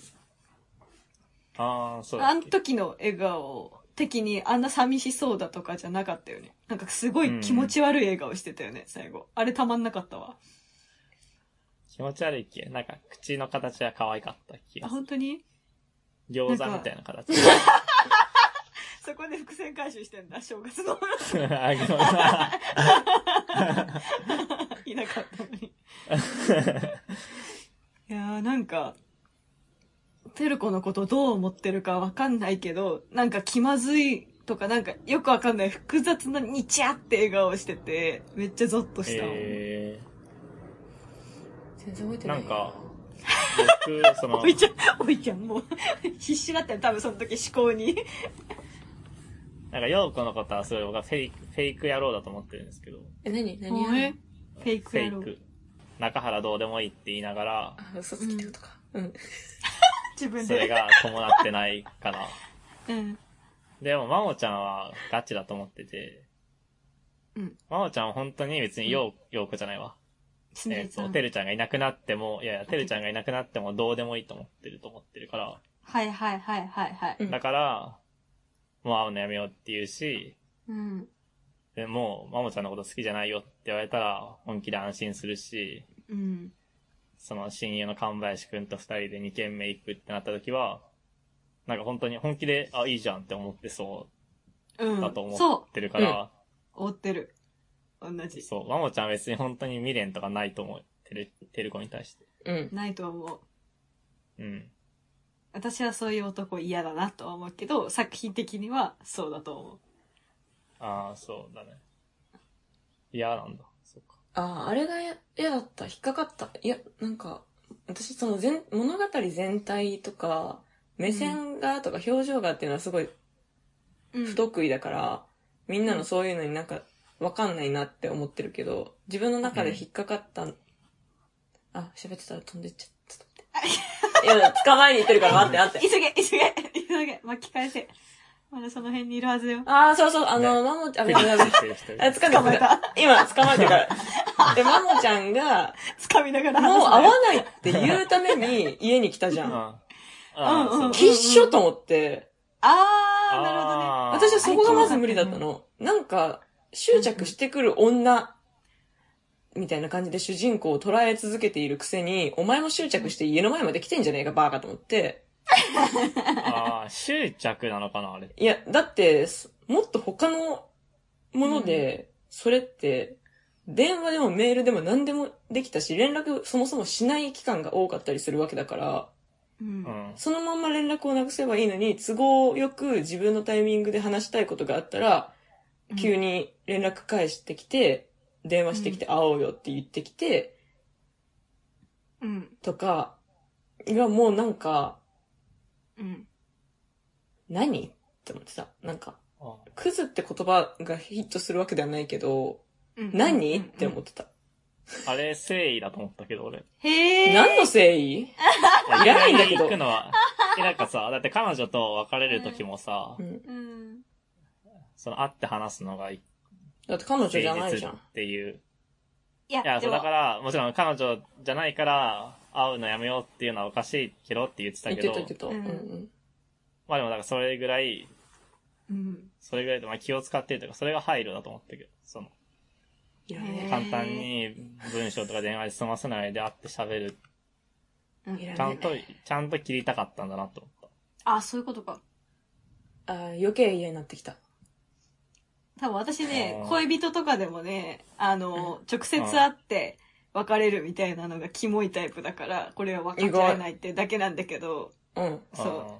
[SPEAKER 3] ああ、そうだ
[SPEAKER 1] あ
[SPEAKER 3] っ
[SPEAKER 1] の
[SPEAKER 3] け
[SPEAKER 1] 時の笑顔的に、あんな寂しそうだとかじゃなかったよね。なんかすごい気持ち悪い笑顔してたよね、最後。あれたまんなかったわ。
[SPEAKER 3] 気持ち悪いっけなんか、口の形は可愛かった気
[SPEAKER 1] あ、
[SPEAKER 3] がする。
[SPEAKER 1] 本当に
[SPEAKER 3] 餃子みたいな形。
[SPEAKER 1] そこで伏線回収してんだ、正月の。
[SPEAKER 3] [LAUGHS]
[SPEAKER 1] [LAUGHS]
[SPEAKER 3] あ餃子
[SPEAKER 1] いなかったの
[SPEAKER 3] [LAUGHS]
[SPEAKER 1] に。いやーなんか、テルコのことどう思ってるかわかんないけど、なんか気まずいとかなんかよくわかんない複雑なにちゃって笑顔してて、めっちゃゾッとした。
[SPEAKER 3] え
[SPEAKER 2] 全然覚えて
[SPEAKER 3] ー、
[SPEAKER 2] な。
[SPEAKER 3] ないんか、
[SPEAKER 1] [LAUGHS]
[SPEAKER 3] 僕、その
[SPEAKER 1] お、いちゃん、おいちゃんもう、 [LAUGHS] 必死だったよ、多分その時思考に。
[SPEAKER 3] なんか、ヨーコのことはすごい僕はフェイク、フェイク野郎だと思ってるんですけど、
[SPEAKER 2] え、何何
[SPEAKER 1] おえフェイ
[SPEAKER 3] フ
[SPEAKER 1] ク
[SPEAKER 3] ェ
[SPEAKER 1] や
[SPEAKER 3] イ
[SPEAKER 1] ろ。
[SPEAKER 3] ク。中原どうでもいいって言いながら、
[SPEAKER 2] あ、嘘つきってことか。うん。
[SPEAKER 1] 自分
[SPEAKER 3] それ
[SPEAKER 1] で。
[SPEAKER 3] が伴ってないから。
[SPEAKER 1] うん。
[SPEAKER 3] でも、まもちゃんはガチだと思ってて、
[SPEAKER 1] うん。
[SPEAKER 3] まもちゃんは本当に別によう、ようこじゃないわ。
[SPEAKER 1] すみ
[SPEAKER 3] え
[SPEAKER 1] れ
[SPEAKER 3] っ
[SPEAKER 1] さ
[SPEAKER 3] と、
[SPEAKER 1] ん。
[SPEAKER 3] てるちゃんがいなくなっても、いやいや、てるちゃんがいなくなってもどうでもいいと思ってると思ってるから、
[SPEAKER 1] はいはいはいはいはい。
[SPEAKER 2] うん
[SPEAKER 3] だから、もう会うのやめようって言うし、
[SPEAKER 1] うん。
[SPEAKER 3] でもう、まもちゃんのこと好きじゃないよって言われたら、本気で安心するし、
[SPEAKER 1] うん。。
[SPEAKER 3] その親友の神林くんと二人で二軒目行くってなった時は、なんか本当に本気で、あ、いいじゃんって思ってそううんだと思
[SPEAKER 1] そ
[SPEAKER 3] ってるから、
[SPEAKER 1] う。追ってる。同じ。
[SPEAKER 3] そう、まもちゃんは別に本当に未練とかないと思う。てる、てる子に対して。
[SPEAKER 2] うん。
[SPEAKER 1] ないと思う。
[SPEAKER 3] うん。
[SPEAKER 1] 私はそういう男嫌だなとは思うけど、作品的にはそうだと思う。
[SPEAKER 3] ああ、そうだね。嫌なんだ。そうか。
[SPEAKER 2] ああ、あれがや嫌だった。引っかかった。いや、なんか、私、その全、物語全体とか、目線がとか表情がっていうのはすごい
[SPEAKER 1] うん
[SPEAKER 2] 不得意だから、みんなのそういうのになんか、わかんないなって思ってるけど、自分の中で引っかかった、あ、喋ってたら飛んでっちゃった。ちょっと待って。いや、捕まえに行ってるから待って待って。
[SPEAKER 1] 急げ、急げ、急げ、巻き返せ。まだその辺にいるはずよ。
[SPEAKER 2] ああ、そうそう、あ
[SPEAKER 3] ね
[SPEAKER 2] の、マモちゃん、あ、
[SPEAKER 3] 一
[SPEAKER 2] ごめんなさい
[SPEAKER 3] 人一人
[SPEAKER 2] あ、
[SPEAKER 3] 一人
[SPEAKER 2] 掴んで
[SPEAKER 1] 捕まえた。
[SPEAKER 2] 今、捕まえてるから。で、マモちゃんが、
[SPEAKER 1] 掴みながら
[SPEAKER 2] もう
[SPEAKER 1] 話す
[SPEAKER 2] 会
[SPEAKER 1] の
[SPEAKER 2] わ
[SPEAKER 1] よ。
[SPEAKER 2] [LAUGHS] ないって言うために家に来たじゃ
[SPEAKER 3] うん。
[SPEAKER 2] ん。
[SPEAKER 3] ああ、
[SPEAKER 1] うんうん
[SPEAKER 3] そう
[SPEAKER 2] きっしょと思って、
[SPEAKER 1] あー、なるほどね。
[SPEAKER 3] あー
[SPEAKER 2] 私はそこがまず無理だったの。なんか、執着してくる女、みたいな感じで主人公を捉え続けているくせに、お前も執着して家の前まで来てんじゃねえか、バーカと思って。
[SPEAKER 3] ああ、執着なのかな、あれ。
[SPEAKER 2] いや、だって、そもっと他のもので、それって、電話でもメールでも何でもできたし、連絡そもそもしない期間が多かったりするわけだから、
[SPEAKER 1] うん
[SPEAKER 3] うん。
[SPEAKER 2] そのまんま連絡をなくせばいいのに、都合よく自分のタイミングで話したいことがあったら、
[SPEAKER 1] うん
[SPEAKER 2] 急に連絡返してきて、電話してきて会おうよって言ってきて、
[SPEAKER 1] うん。
[SPEAKER 2] とか、がもうなんか、
[SPEAKER 1] うん。
[SPEAKER 2] 何って思ってた。なんか、
[SPEAKER 3] あ
[SPEAKER 2] クズって言葉がヒットするわけではないけど、
[SPEAKER 1] うん
[SPEAKER 2] 何って思ってた。
[SPEAKER 3] あれ、誠意だと思ったけど、俺。
[SPEAKER 1] へー。
[SPEAKER 2] 何の誠意いらないんだけど
[SPEAKER 3] 行くのは、えなんかさ、だって彼女と別れる時もさ
[SPEAKER 2] う、ん
[SPEAKER 1] うん。
[SPEAKER 3] その会って話すのが一
[SPEAKER 2] だって彼女
[SPEAKER 3] 誠
[SPEAKER 2] じゃないじ
[SPEAKER 3] 実
[SPEAKER 2] ゃ
[SPEAKER 3] っ
[SPEAKER 2] ん。
[SPEAKER 3] ていう。
[SPEAKER 1] い
[SPEAKER 3] いや、
[SPEAKER 1] や、で
[SPEAKER 3] そうだか
[SPEAKER 1] も、
[SPEAKER 3] ら、もちろん彼女じゃないから、会うのやめようっていうのはおかしいけどって言ってた
[SPEAKER 2] 言っ
[SPEAKER 3] け
[SPEAKER 2] て
[SPEAKER 3] ど
[SPEAKER 2] た、言ってた。
[SPEAKER 1] う
[SPEAKER 2] うんんうん
[SPEAKER 3] まあでもだからそれぐらい、
[SPEAKER 1] うん。
[SPEAKER 3] それぐらいで、まあ気を使ってるというか、それが配慮だと思ったけど、その、
[SPEAKER 2] いらね
[SPEAKER 3] 簡単に文章とか電話で済ませないで会って喋る。
[SPEAKER 2] えいら
[SPEAKER 3] ちゃ
[SPEAKER 2] ね
[SPEAKER 3] んと
[SPEAKER 2] え、
[SPEAKER 3] ちゃんと切りたかったんだなと思っ
[SPEAKER 1] あ、そういうことか。
[SPEAKER 2] あー余計嫌になってきた。
[SPEAKER 1] 多分私ね
[SPEAKER 3] あ、ー
[SPEAKER 1] 恋人とかでもね、あの、直接会って別れるみたいなのがキモいタイプだから、これは分かち合えないってだけなんだけど、
[SPEAKER 2] うん。
[SPEAKER 3] た。。
[SPEAKER 1] そうん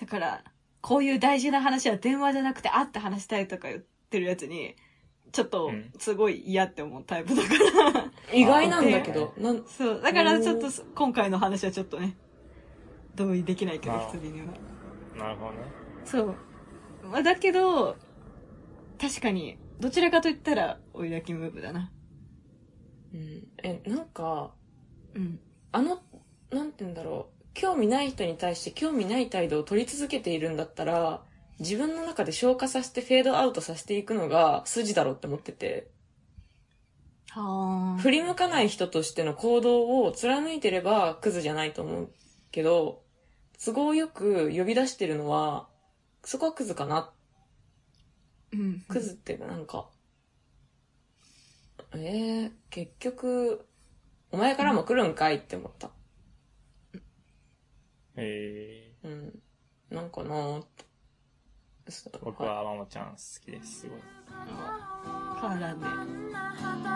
[SPEAKER 1] だから、こういう大事な話は電話じゃなくて会って話したいとか言ってるやつに、ちょっと
[SPEAKER 3] うん、
[SPEAKER 1] すごい嫌って思うタイプだから。
[SPEAKER 2] 意外なんだけど、なん、
[SPEAKER 1] そう。だからちょっと、今回の話はちょっとね、同意できないけど、
[SPEAKER 3] あー
[SPEAKER 1] 普通には。
[SPEAKER 3] なるほどね。
[SPEAKER 1] そう。まあ、だけど、確かに、どちらかと言ったら、追い焚きムーブだな。
[SPEAKER 2] うん、え、なんか、
[SPEAKER 1] うん。
[SPEAKER 2] あの、なんて言うんだろう。興味ない人に対して興味ない態度を取り続けているんだったら、自分の中で消化させてフェードアウトさせていくのが筋だろうって思ってて、
[SPEAKER 1] はあ。
[SPEAKER 2] 振り向かない人としての行動を貫いてればクズじゃないと思うけど、都合よく呼び出してるのは、そこはクズかな。
[SPEAKER 1] うん。
[SPEAKER 2] クズってなんか、えー、結局、お前からも来るんかいって思った。
[SPEAKER 3] え
[SPEAKER 2] うん。なんかなーって。そう
[SPEAKER 3] ー、僕。はマモちゃん好きです。すごい。
[SPEAKER 1] 変わらんね。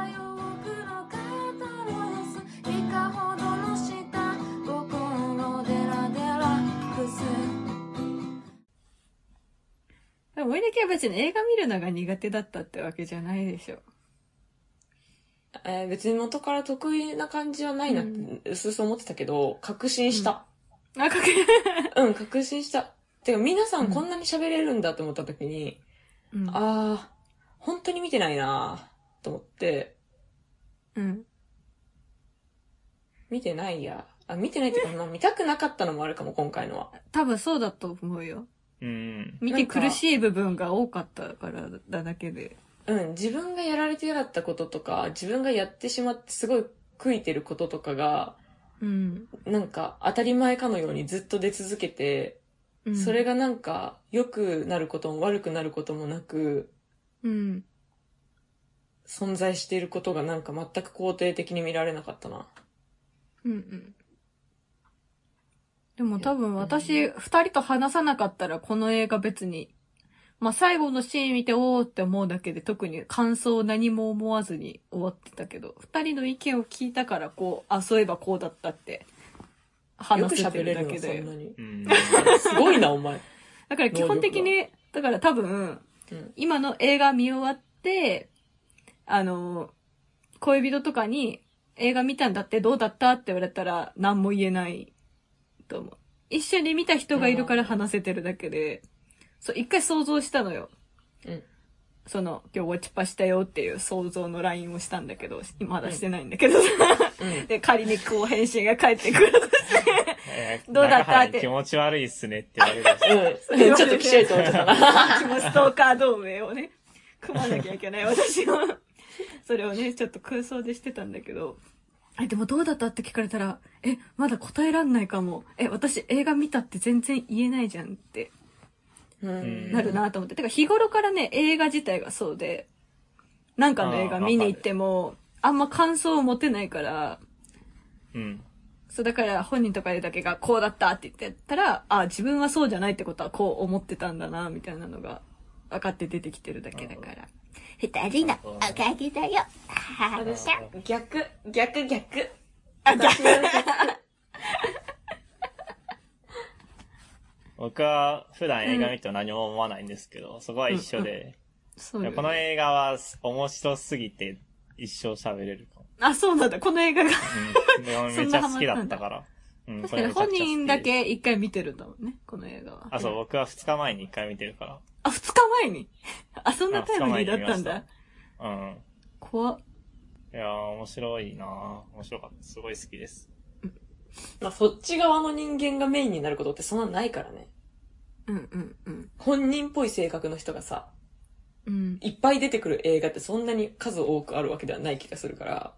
[SPEAKER 1] でも追い焚きは別に映画見るのが苦手だったってわけじゃないでしょ。
[SPEAKER 2] えー別に元から得意な感じはないなって、うすうす思ってたけど、確信した。
[SPEAKER 1] あ、か
[SPEAKER 2] うん、確信した。てか、皆さんこんなに喋れるんだと思った時に、
[SPEAKER 1] うん。
[SPEAKER 2] あー、本当に見てないなーと思って、
[SPEAKER 1] うん。
[SPEAKER 2] 見てないや。あ、見てないっていうか、まあ見たくなかったのもあるかも、今回のは。
[SPEAKER 1] 多分そうだと思うよ。
[SPEAKER 3] うん。
[SPEAKER 1] 見て苦しい部分が多かったからだだけで。
[SPEAKER 2] うん、自分がやられて嫌だったこととか、自分がやってしまってすごい悔いてることとかが、
[SPEAKER 1] うん。
[SPEAKER 2] なんか当たり前かのようにずっと出続けて、
[SPEAKER 1] うん
[SPEAKER 2] それ、がなんか良くなることも悪くなることもなく、
[SPEAKER 1] うん。
[SPEAKER 2] 存在していることがなんか全く肯定的に見られなかったな。
[SPEAKER 1] うんうん。でも多分私、二人と話さなかったらこの映画別に、まあ最後のシーン見ておーって思うだけで特に感想何も思わずに終わってたけど、二人の意見を聞いたからこう、あ、そういえばこうだったって
[SPEAKER 2] よく
[SPEAKER 1] 話せて
[SPEAKER 2] 喋
[SPEAKER 1] る
[SPEAKER 2] れ
[SPEAKER 1] だ
[SPEAKER 2] る
[SPEAKER 1] け
[SPEAKER 2] よ、そんな
[SPEAKER 1] で。
[SPEAKER 2] に。
[SPEAKER 1] [LAUGHS]
[SPEAKER 3] うん。
[SPEAKER 2] すごいな、お前。
[SPEAKER 1] だから基本的に、だから多分、
[SPEAKER 2] うん
[SPEAKER 1] 今の映画見終わって、あの、恋人とかに映画見たんだってどうだったって言われたら何も言えないと思う。一緒に見た人がいるから話せてるだけで、そう、一回想像したのよ。
[SPEAKER 2] うん
[SPEAKER 1] その、今日ウォッチパしたよっていう想像の LINE をしたんだけど、まだしてないんだけど、
[SPEAKER 2] うん。
[SPEAKER 1] [LAUGHS] で、仮にこう返信が返ってくるとして、
[SPEAKER 3] えー
[SPEAKER 1] どうだった
[SPEAKER 3] 中原
[SPEAKER 1] って
[SPEAKER 3] 気持ち悪いっすねって言われました。
[SPEAKER 2] うん。ちょっときしゃいと思ってたな。
[SPEAKER 1] 私もストーカー同盟をね、組まなきゃいけない、私は。それをね、ちょっと空想でしてたんだけど、え、でもどうだったって聞かれたら、え、まだ答えらんないかも。え、私映画見たって全然言えないじゃんって
[SPEAKER 2] うん
[SPEAKER 1] なるなと思って。てか日頃からね、映画自体がそうで、なんかの映画見に行っても、あんま感想を持てないから、
[SPEAKER 3] うん。
[SPEAKER 1] そうだから本人とかだけがこうだったって言ってたら、あ、自分はそうじゃないってことはこう思ってたんだな、みたいなのが分かって出てきてるだけだから。
[SPEAKER 5] 二人のおかげだよ。
[SPEAKER 3] 私は
[SPEAKER 2] 逆、逆、逆。
[SPEAKER 3] 僕は普段映画見ても何も思わないんですけど、そこは一緒で、
[SPEAKER 1] そうよ
[SPEAKER 3] この映画は面白すぎて一生喋れるかも。
[SPEAKER 1] あ、そうなんだ。この映画が。 [LAUGHS]
[SPEAKER 3] うん。でもめっちゃ好きだったから。うん、
[SPEAKER 1] 確
[SPEAKER 3] こ
[SPEAKER 1] かに
[SPEAKER 3] れ
[SPEAKER 1] 本
[SPEAKER 3] めちゃくちゃ好き
[SPEAKER 1] 人だ。け一回見てるんだもんね、この映画は。
[SPEAKER 3] あ、そう、僕は2日前に1回見てるから。
[SPEAKER 1] あ、二日前に。 [LAUGHS] あ、そんなタイムリーだったん
[SPEAKER 3] あ二日前に見
[SPEAKER 1] だ
[SPEAKER 3] ま。した。うん。
[SPEAKER 1] 怖っ
[SPEAKER 3] いやー、面白いなー面白かった。すごい好きです。
[SPEAKER 2] まあ、そっち側の人間がメインになることってそんなないからね。
[SPEAKER 1] うんうんうん。
[SPEAKER 2] 本人っぽい性格の人がさ、
[SPEAKER 1] うん、
[SPEAKER 2] いっぱい出てくる映画ってそんなに数多くあるわけではない気がするから。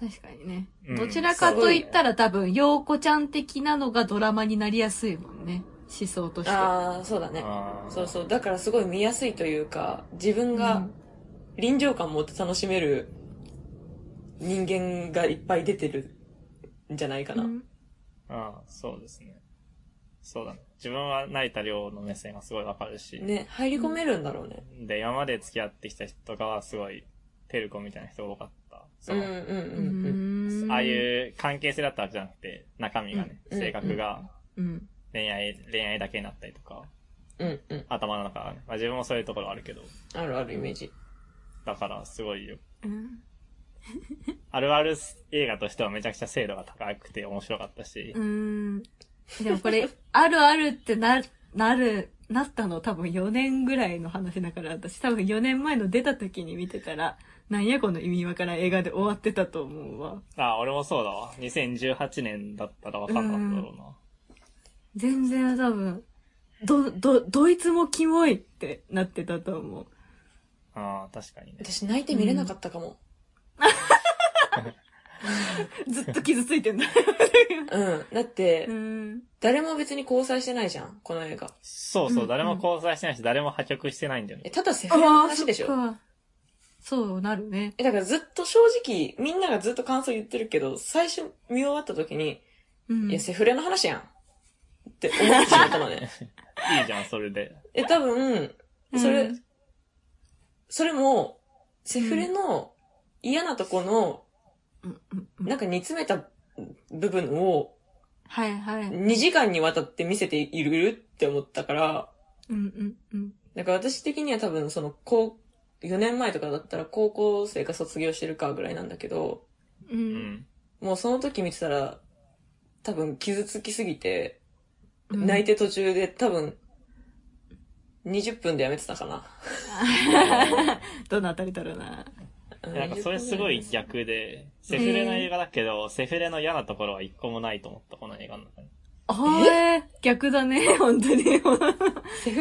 [SPEAKER 1] 確かにね。
[SPEAKER 3] うん
[SPEAKER 1] どちらかと言ったら多分、陽子ちゃん的なのがドラマになりやすいもんね。思想として。
[SPEAKER 2] ああ、そうだね。
[SPEAKER 3] あー
[SPEAKER 2] そうそう。だからすごい見やすいというか、自分が臨場感持って楽しめる人間がいっぱい出てるんじゃないかな。
[SPEAKER 1] うん
[SPEAKER 3] ああ、そうですね。そうだね。自分は成田凌の目線がすごいわかるし。
[SPEAKER 2] ね、入り込めるんだろうね。
[SPEAKER 3] で、今まで付き合ってきた人とかはすごい、テルコみたいな人が多かった。
[SPEAKER 2] う
[SPEAKER 3] そ
[SPEAKER 2] んう
[SPEAKER 3] の
[SPEAKER 2] ん
[SPEAKER 1] う
[SPEAKER 2] うんうん。
[SPEAKER 1] ん
[SPEAKER 3] ああいう関係性だったわけじゃなくて、中身がね、
[SPEAKER 2] うん
[SPEAKER 3] 性格が
[SPEAKER 1] うん。
[SPEAKER 3] 恋愛、恋愛だけになったりとか、
[SPEAKER 2] うんうん。
[SPEAKER 3] 頭の中がね。まあ自分もそういうところあるけど、
[SPEAKER 2] あるあるイメージ。
[SPEAKER 3] だからすごいよ。
[SPEAKER 1] うん
[SPEAKER 3] あるある映画としてはめちゃくちゃ精度が高くて面白かったし
[SPEAKER 1] う、ーん。でもこれ、 [LAUGHS] あるあるってな、なる、なったの多分4年ぐらいの話だから、私多分4年前の出た時に見てたら、なんやこの意味わからん映画で終わってたと思うわ。
[SPEAKER 3] ああ、俺もそうだわ。2018年だったらわかんなかっただろうな。
[SPEAKER 1] 全然多分、ど、ど、どいつもキモいってなってたと思う。
[SPEAKER 3] ああ、確かにね。
[SPEAKER 2] 私泣いて見れなかったかも。
[SPEAKER 1] ずっと傷ついてんだ。
[SPEAKER 2] うん。だって
[SPEAKER 1] う、ん。
[SPEAKER 2] 誰も別に交際してないじゃん、この映画。
[SPEAKER 3] そうそう、誰も交際してないし、誰も破局してないんだよ
[SPEAKER 2] え、
[SPEAKER 3] ね。
[SPEAKER 2] ただセフ
[SPEAKER 1] あ
[SPEAKER 2] レの
[SPEAKER 1] あー、
[SPEAKER 2] 話でしょ
[SPEAKER 1] そっかそうなるね。
[SPEAKER 2] え、だからずっと正直、みんながずっと感想言ってるけど、最初見終わった時に、
[SPEAKER 1] うん。
[SPEAKER 2] いや、セフレの話やん。って思ってしまった
[SPEAKER 1] [LAUGHS]
[SPEAKER 2] のね。
[SPEAKER 3] いいじゃん、それで。
[SPEAKER 2] え、多分、それ、
[SPEAKER 1] うん
[SPEAKER 2] それも、セフレの嫌なとこの、
[SPEAKER 1] うんうんうん
[SPEAKER 2] なんか煮詰めた部分を
[SPEAKER 1] はいはい。うん
[SPEAKER 2] 2時間にわたって見せているって思ったから、
[SPEAKER 1] うんうん。
[SPEAKER 2] なんか私的には多分その高、4年前とかだったら高校生が卒業してるかぐらいなんだけど、
[SPEAKER 1] う。
[SPEAKER 3] うんん。
[SPEAKER 2] もうその時見てたら、多分傷つきすぎて、
[SPEAKER 1] うん
[SPEAKER 2] 泣いて途中で多分、20分でやめてたかな。
[SPEAKER 1] どのあたりだろうな。
[SPEAKER 3] [LAUGHS] いやなんかそれすごい逆で、セフレの映画だけど、セフレの嫌なところは一個もないと思った、この映画の中に。
[SPEAKER 1] あえ逆だね、 [LAUGHS] 本当に。
[SPEAKER 2] セフ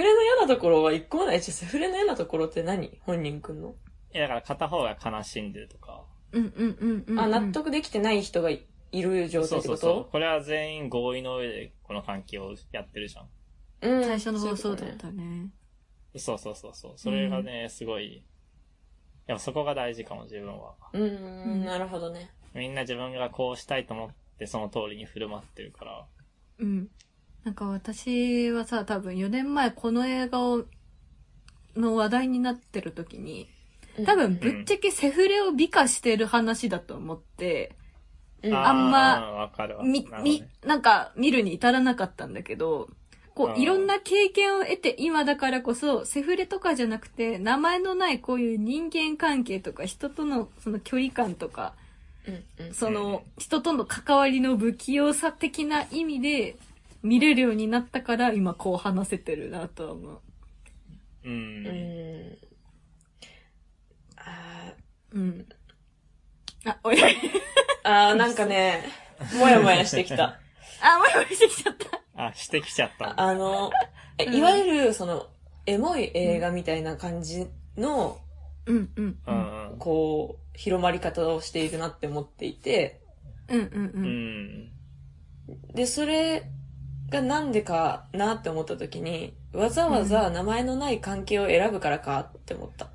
[SPEAKER 2] レの嫌なところは一個もない。じゃあセフレの嫌なところって何本人くんの、
[SPEAKER 3] いや、だから片方が悲しんでるとか。
[SPEAKER 1] うんうんうんうん。
[SPEAKER 2] あ、納得できてない人がいいる状
[SPEAKER 3] そう
[SPEAKER 2] 態って
[SPEAKER 3] そ
[SPEAKER 2] こ
[SPEAKER 3] う
[SPEAKER 2] と
[SPEAKER 3] そう。これは全員合意の上でこの関係をやってるじゃん。
[SPEAKER 2] うん。
[SPEAKER 1] 最初の放送
[SPEAKER 2] そう
[SPEAKER 1] だ
[SPEAKER 2] いう
[SPEAKER 1] っ
[SPEAKER 2] ことね
[SPEAKER 1] たね。
[SPEAKER 3] そうそうそうそう。それがね、すごい、やっぱそこが大事かも、自分は。
[SPEAKER 2] うーん、なるほどね。
[SPEAKER 3] みんな自分がこうしたいと思ってその通りに振る舞ってるから。
[SPEAKER 1] うん。なんか私はさ、多分4年前この映画を、の話題になってる時に、多分ぶっちゃけセフレを美化してる話だと思って、
[SPEAKER 2] うん
[SPEAKER 3] ー
[SPEAKER 1] あんま、
[SPEAKER 3] わかるわ。
[SPEAKER 1] み
[SPEAKER 3] な、るほど
[SPEAKER 1] み
[SPEAKER 3] ね、
[SPEAKER 1] なんか見るに至らなかったんだけど、こ
[SPEAKER 3] あ
[SPEAKER 1] う、
[SPEAKER 3] ー
[SPEAKER 1] いろんな経験を得て今だからこそ、セフレとかじゃなくて、名前のないこういう人間関係とか、人とのその距離感とか、
[SPEAKER 2] うんうん
[SPEAKER 1] その、人との関わりの不器用さ的な意味で、見れるようになったから、今こう話せてるなとは思う。
[SPEAKER 3] う。
[SPEAKER 2] うんん。あ
[SPEAKER 1] うん。 [LAUGHS] あ、おいおい。
[SPEAKER 2] ーあー、なんかね、もやもやしてきた。
[SPEAKER 1] あ、もやもやしてきちゃった。
[SPEAKER 3] あ、してきちゃったんだ。
[SPEAKER 2] あの、えいわゆる、その、エモい映画みたいな感じの、
[SPEAKER 1] うんうん。
[SPEAKER 3] う。ん。
[SPEAKER 2] こう、広まり方をしているなって思っていて、
[SPEAKER 1] うんうんう。
[SPEAKER 3] うんん。
[SPEAKER 2] で、それがなんでかなって思った時に、わざわざ名前のない関係を選ぶからかって思った。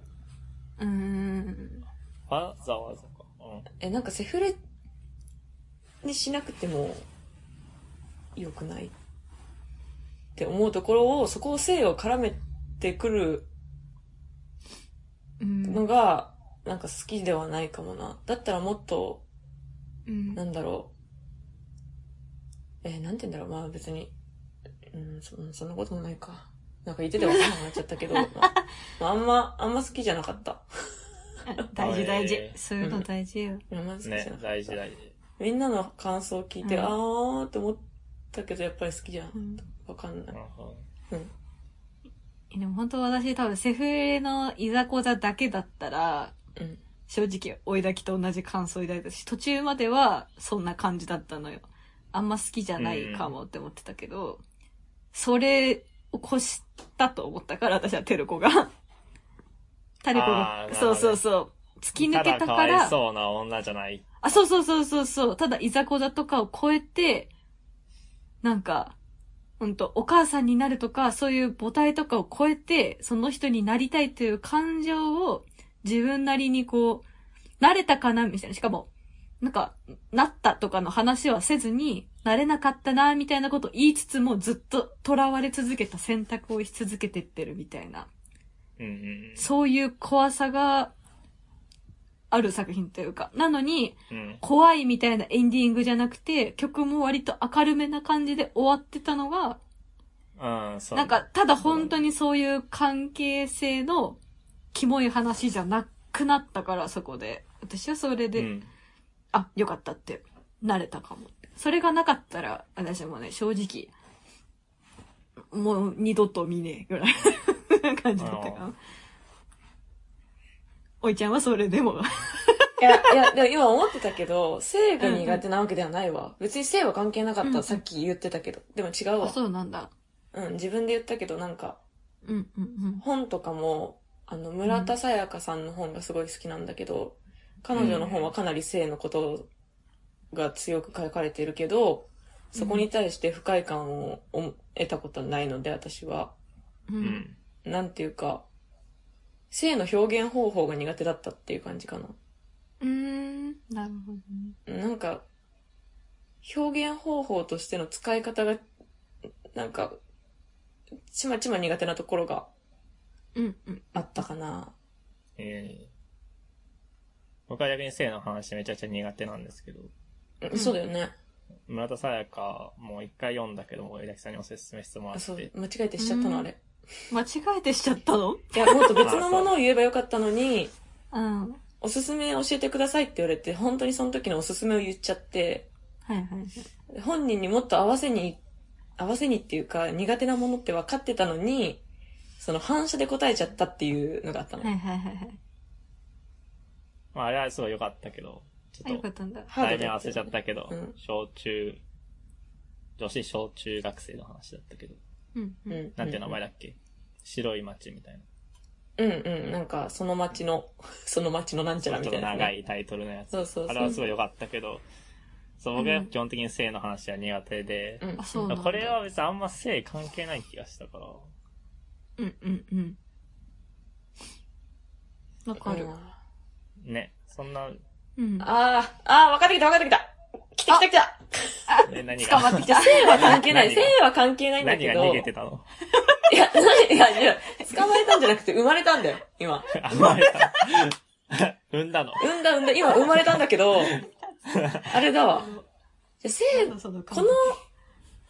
[SPEAKER 1] うーん。
[SPEAKER 3] わざわざか。うん。
[SPEAKER 2] え、なんかセフレにしなくても良くないって思うところを、そこを性を絡めてくる
[SPEAKER 1] うん。
[SPEAKER 2] のが、なんか好きではないかもな。だったらもっと、
[SPEAKER 1] うん
[SPEAKER 2] なんだろう。えーなんて言うんだろう。まあ別に、うん、そそんなこともないか。なんか言っててわかんなくなっちゃったけど、まあまああんま、あんま好きじゃなかった。
[SPEAKER 1] 大事大事
[SPEAKER 3] え。ー
[SPEAKER 1] そういうの大事よ。
[SPEAKER 2] あんま好きじゃなか
[SPEAKER 3] ね
[SPEAKER 2] っ、た。
[SPEAKER 3] 大事大事。
[SPEAKER 2] みんなの感想を聞いて、
[SPEAKER 1] うん
[SPEAKER 2] あーって思ったけど、やっぱり好きじゃ。
[SPEAKER 1] うんん。
[SPEAKER 2] わかんな
[SPEAKER 3] う
[SPEAKER 2] い。
[SPEAKER 3] ん
[SPEAKER 2] うん。
[SPEAKER 1] でも本当私多分セフレのいざこざだけだったら、
[SPEAKER 2] うん。
[SPEAKER 1] 正直追い抱きと同じ感想を抱いたし、途中まではそんな感じだったのよ。あんま好きじゃないかもって思ってたけど、それを越したと思ったから私はテルコが。タルコ
[SPEAKER 3] あ
[SPEAKER 1] が
[SPEAKER 3] ー、なるほ
[SPEAKER 1] そ
[SPEAKER 3] ど
[SPEAKER 1] う
[SPEAKER 3] ね
[SPEAKER 1] そうそう。突き抜けた
[SPEAKER 3] ただか
[SPEAKER 1] か
[SPEAKER 3] わい
[SPEAKER 1] ら、
[SPEAKER 3] そうな女じゃない。
[SPEAKER 1] あ、そうそうそうそうそう。ただ、いざこざとかを超えて、なんか、ほんと、お母さんになるとか、そういう母体とかを超えて、その人になりたいという感情を、自分なりにこう、慣れたかな、みたいな。しかも、なんか、なったとかの話はせずに、なれなかったな、みたいなことを言いつつも、ずっと囚われ続けた選択をし続けてってるみたいな。
[SPEAKER 3] うんうん
[SPEAKER 1] そういう怖さが、ある作品というか。なのに、
[SPEAKER 3] うん。うん。
[SPEAKER 1] 怖いみたいなエンディングじゃなくて、曲も割と明るめな感じで終わってたのが、
[SPEAKER 3] うん、そう。
[SPEAKER 1] なんか、、ただ本当にそういう関係性の、キモい話じゃなくなったから、そこで。私はそれ
[SPEAKER 3] う
[SPEAKER 1] で、
[SPEAKER 3] ん。
[SPEAKER 1] あ、よかったって、なれたかも。それがなかったら、私もね、正直、もう二度と見ねえぐらい [LAUGHS] な感じだったか
[SPEAKER 3] あ
[SPEAKER 1] な。おいちゃんはそれでも、
[SPEAKER 2] いや、いや、で [LAUGHS] も今思ってたけど、性が苦手なわけではないわ。別に性は関係なかっ
[SPEAKER 1] うんう
[SPEAKER 2] た。
[SPEAKER 1] ん
[SPEAKER 2] さっき言ってたけど。でも違う
[SPEAKER 1] あ、
[SPEAKER 2] わ。
[SPEAKER 1] そうなんだ。
[SPEAKER 2] うん、自分で言ったけど、なんか、
[SPEAKER 1] うん、うん、うん。
[SPEAKER 2] 本とかも、あの、村田沙耶香さんの本がすごい好きなんだけど、彼女の本はかなり性のことが強く書かれてるけど、そこに対して不快感を得たことはないので、私は。
[SPEAKER 1] う
[SPEAKER 3] うんん。
[SPEAKER 2] なんていうか、性の表現方法が苦手だったっていう感じかな。
[SPEAKER 1] うーん、なるほどね。
[SPEAKER 2] なんか、表現方法としての使い方が、なんか、ちまちま苦手なところが
[SPEAKER 1] うんうん。
[SPEAKER 2] あったかな。
[SPEAKER 3] ええ僕は逆に性の話めちゃくちゃ苦手なんですけど、
[SPEAKER 2] うんそうだよね。
[SPEAKER 3] 村田沙耶香もう一回読んだけども、江崎さんにおすすめしてもら
[SPEAKER 2] あ
[SPEAKER 3] っ
[SPEAKER 2] そう
[SPEAKER 3] て、、
[SPEAKER 2] 間違えてしちゃったの、
[SPEAKER 1] うん
[SPEAKER 2] あれ。
[SPEAKER 1] 間違えてしちゃったの
[SPEAKER 2] い
[SPEAKER 3] [LAUGHS]
[SPEAKER 2] や、もっと別のものを言えばよかったのに、
[SPEAKER 1] うん。はい
[SPEAKER 2] おすすめ教えてくださいって言われて、本当にその時のおすすめを言っちゃって、
[SPEAKER 1] はいはい。
[SPEAKER 2] 本人にもっと合わせに、合わせにっていうか、苦手なものって分かってたのに、その反射で答えちゃったっていうのがあったの。
[SPEAKER 1] はいはいはいはい。
[SPEAKER 3] まああれはすごい良かったけど、ち
[SPEAKER 1] あ、
[SPEAKER 3] ょ
[SPEAKER 1] よ
[SPEAKER 3] っ
[SPEAKER 1] か
[SPEAKER 3] と
[SPEAKER 1] ったんだ。
[SPEAKER 2] ハー
[SPEAKER 3] 題
[SPEAKER 2] ド
[SPEAKER 3] 名
[SPEAKER 2] だ
[SPEAKER 3] 忘
[SPEAKER 2] った
[SPEAKER 3] れ
[SPEAKER 2] よ
[SPEAKER 3] ちゃったけど、
[SPEAKER 2] うん
[SPEAKER 3] 小中、女子小中学生の話だったけど、
[SPEAKER 1] うんう。
[SPEAKER 2] うんん。
[SPEAKER 3] なんていう名前だっけ、白い街みたいな。
[SPEAKER 2] うんうん、なんか、その町の、 [LAUGHS] その町のなんちゃら
[SPEAKER 3] ち
[SPEAKER 2] み
[SPEAKER 3] ょったと
[SPEAKER 2] いな、
[SPEAKER 3] 長。いタイトルのやつ。
[SPEAKER 2] そうそう
[SPEAKER 3] あれ
[SPEAKER 2] そ
[SPEAKER 3] は
[SPEAKER 2] う。
[SPEAKER 3] すごい良かったけど、そう、僕は基本的に性の話は苦手で、
[SPEAKER 2] うん
[SPEAKER 1] あ、そうなんだ。
[SPEAKER 3] これは別にあんま性関係ない気がしたから、
[SPEAKER 1] うんうんうん。わかる
[SPEAKER 2] うん。
[SPEAKER 3] ね、そんな、
[SPEAKER 1] うん。あ、
[SPEAKER 2] あー、あー、分かってきた分かってきた来た来た来た
[SPEAKER 3] ね、何
[SPEAKER 1] 捕まっ
[SPEAKER 3] が、
[SPEAKER 1] てきた。
[SPEAKER 2] 性は関係ない。
[SPEAKER 3] 何が
[SPEAKER 2] 性は関係ないんだ
[SPEAKER 3] 何
[SPEAKER 2] け
[SPEAKER 3] が
[SPEAKER 2] ど。
[SPEAKER 3] 逃げてたの
[SPEAKER 2] いや、ないいや、いや、捕まえたんじゃなくて生まれたんだよ、今。
[SPEAKER 3] [LAUGHS] あ、生まれた。産んだの。
[SPEAKER 2] 産んだ産んだ、今生まれたんだけど、あれだわ。じゃあ、せい、
[SPEAKER 1] [LAUGHS] その
[SPEAKER 2] この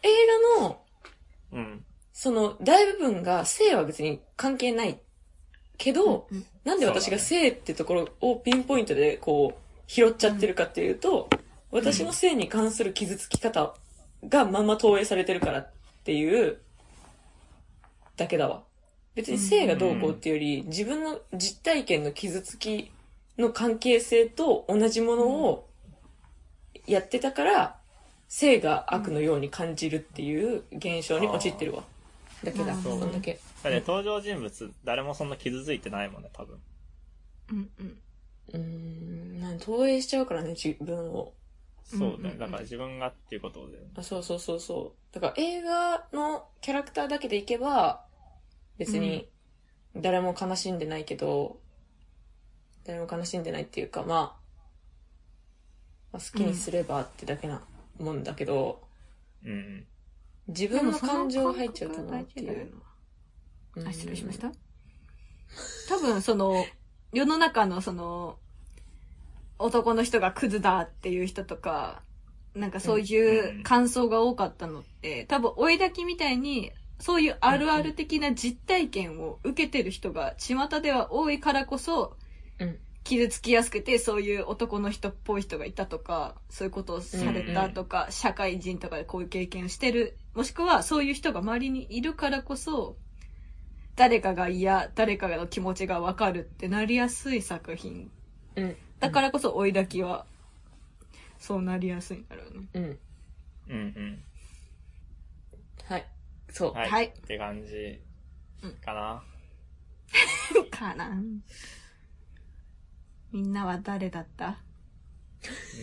[SPEAKER 2] 映画の、
[SPEAKER 3] うん。
[SPEAKER 2] その、大部分が性は別に関係ない。けど、
[SPEAKER 1] うんうん
[SPEAKER 2] なんで私が性ってところをピンポイントでこう、拾っちゃってるかっていうと、私の性に関する傷つき方がまんま投影されてるからっていう、だけだわ。別に性がどうこうっていうより、自分の実体験の傷つきの関係性と同じものをやってたから、性が悪のように感じるっていう現象に陥ってるわ。だけだ、
[SPEAKER 1] うん
[SPEAKER 2] そんだけ。
[SPEAKER 3] だって登場人物、誰もそんな傷ついてないもんね、多分。
[SPEAKER 1] うんうん
[SPEAKER 2] うーん、なん投影しちゃうからね、自分を。
[SPEAKER 3] そうだ
[SPEAKER 1] うんうんう
[SPEAKER 3] よ。
[SPEAKER 1] ん
[SPEAKER 3] だから自分がっていうことで。
[SPEAKER 2] あそうそうそうそう。だから映画のキャラクターだけでいけば、別に誰も悲しんでないけど、誰も悲しんでないっていうか、まあ、まあ、好きにすればってだけなもんだけど、
[SPEAKER 3] うんうん。
[SPEAKER 2] 自
[SPEAKER 1] で
[SPEAKER 2] 分
[SPEAKER 1] も
[SPEAKER 2] の
[SPEAKER 1] その
[SPEAKER 2] 感
[SPEAKER 1] 感
[SPEAKER 2] 情
[SPEAKER 1] 情
[SPEAKER 2] 入
[SPEAKER 1] 入
[SPEAKER 2] っ
[SPEAKER 1] っ
[SPEAKER 2] ち
[SPEAKER 1] ち
[SPEAKER 2] ゃ
[SPEAKER 1] ゃ
[SPEAKER 2] う
[SPEAKER 1] う
[SPEAKER 2] か
[SPEAKER 1] か
[SPEAKER 2] な
[SPEAKER 1] な
[SPEAKER 2] っ
[SPEAKER 1] ってて
[SPEAKER 2] い
[SPEAKER 1] いうう。失礼しました
[SPEAKER 2] うん
[SPEAKER 1] 多分その世の中のその男の人がクズだっていう人とかなんかそういう感想が多かったのって多分追いだきみたいにそういうあるある的な実体験を受けてる人が巷では多いからこそ
[SPEAKER 2] うん
[SPEAKER 1] 傷つきやすくてそういう男の人っぽい人がいたとかそういうことをされたとか社会人とかでこういう経験をしてるもしくはそういう人が周りにいるからこそ誰かが嫌誰かの気持ちが分かるってなりやすい作品
[SPEAKER 2] うん。
[SPEAKER 1] だからこそ追いだきはそうなりやすいんだろうね
[SPEAKER 2] うん。
[SPEAKER 3] うんうん。
[SPEAKER 2] はい。そう。
[SPEAKER 3] はい。
[SPEAKER 1] はい
[SPEAKER 3] って感じかな。
[SPEAKER 1] かなみんなは誰だった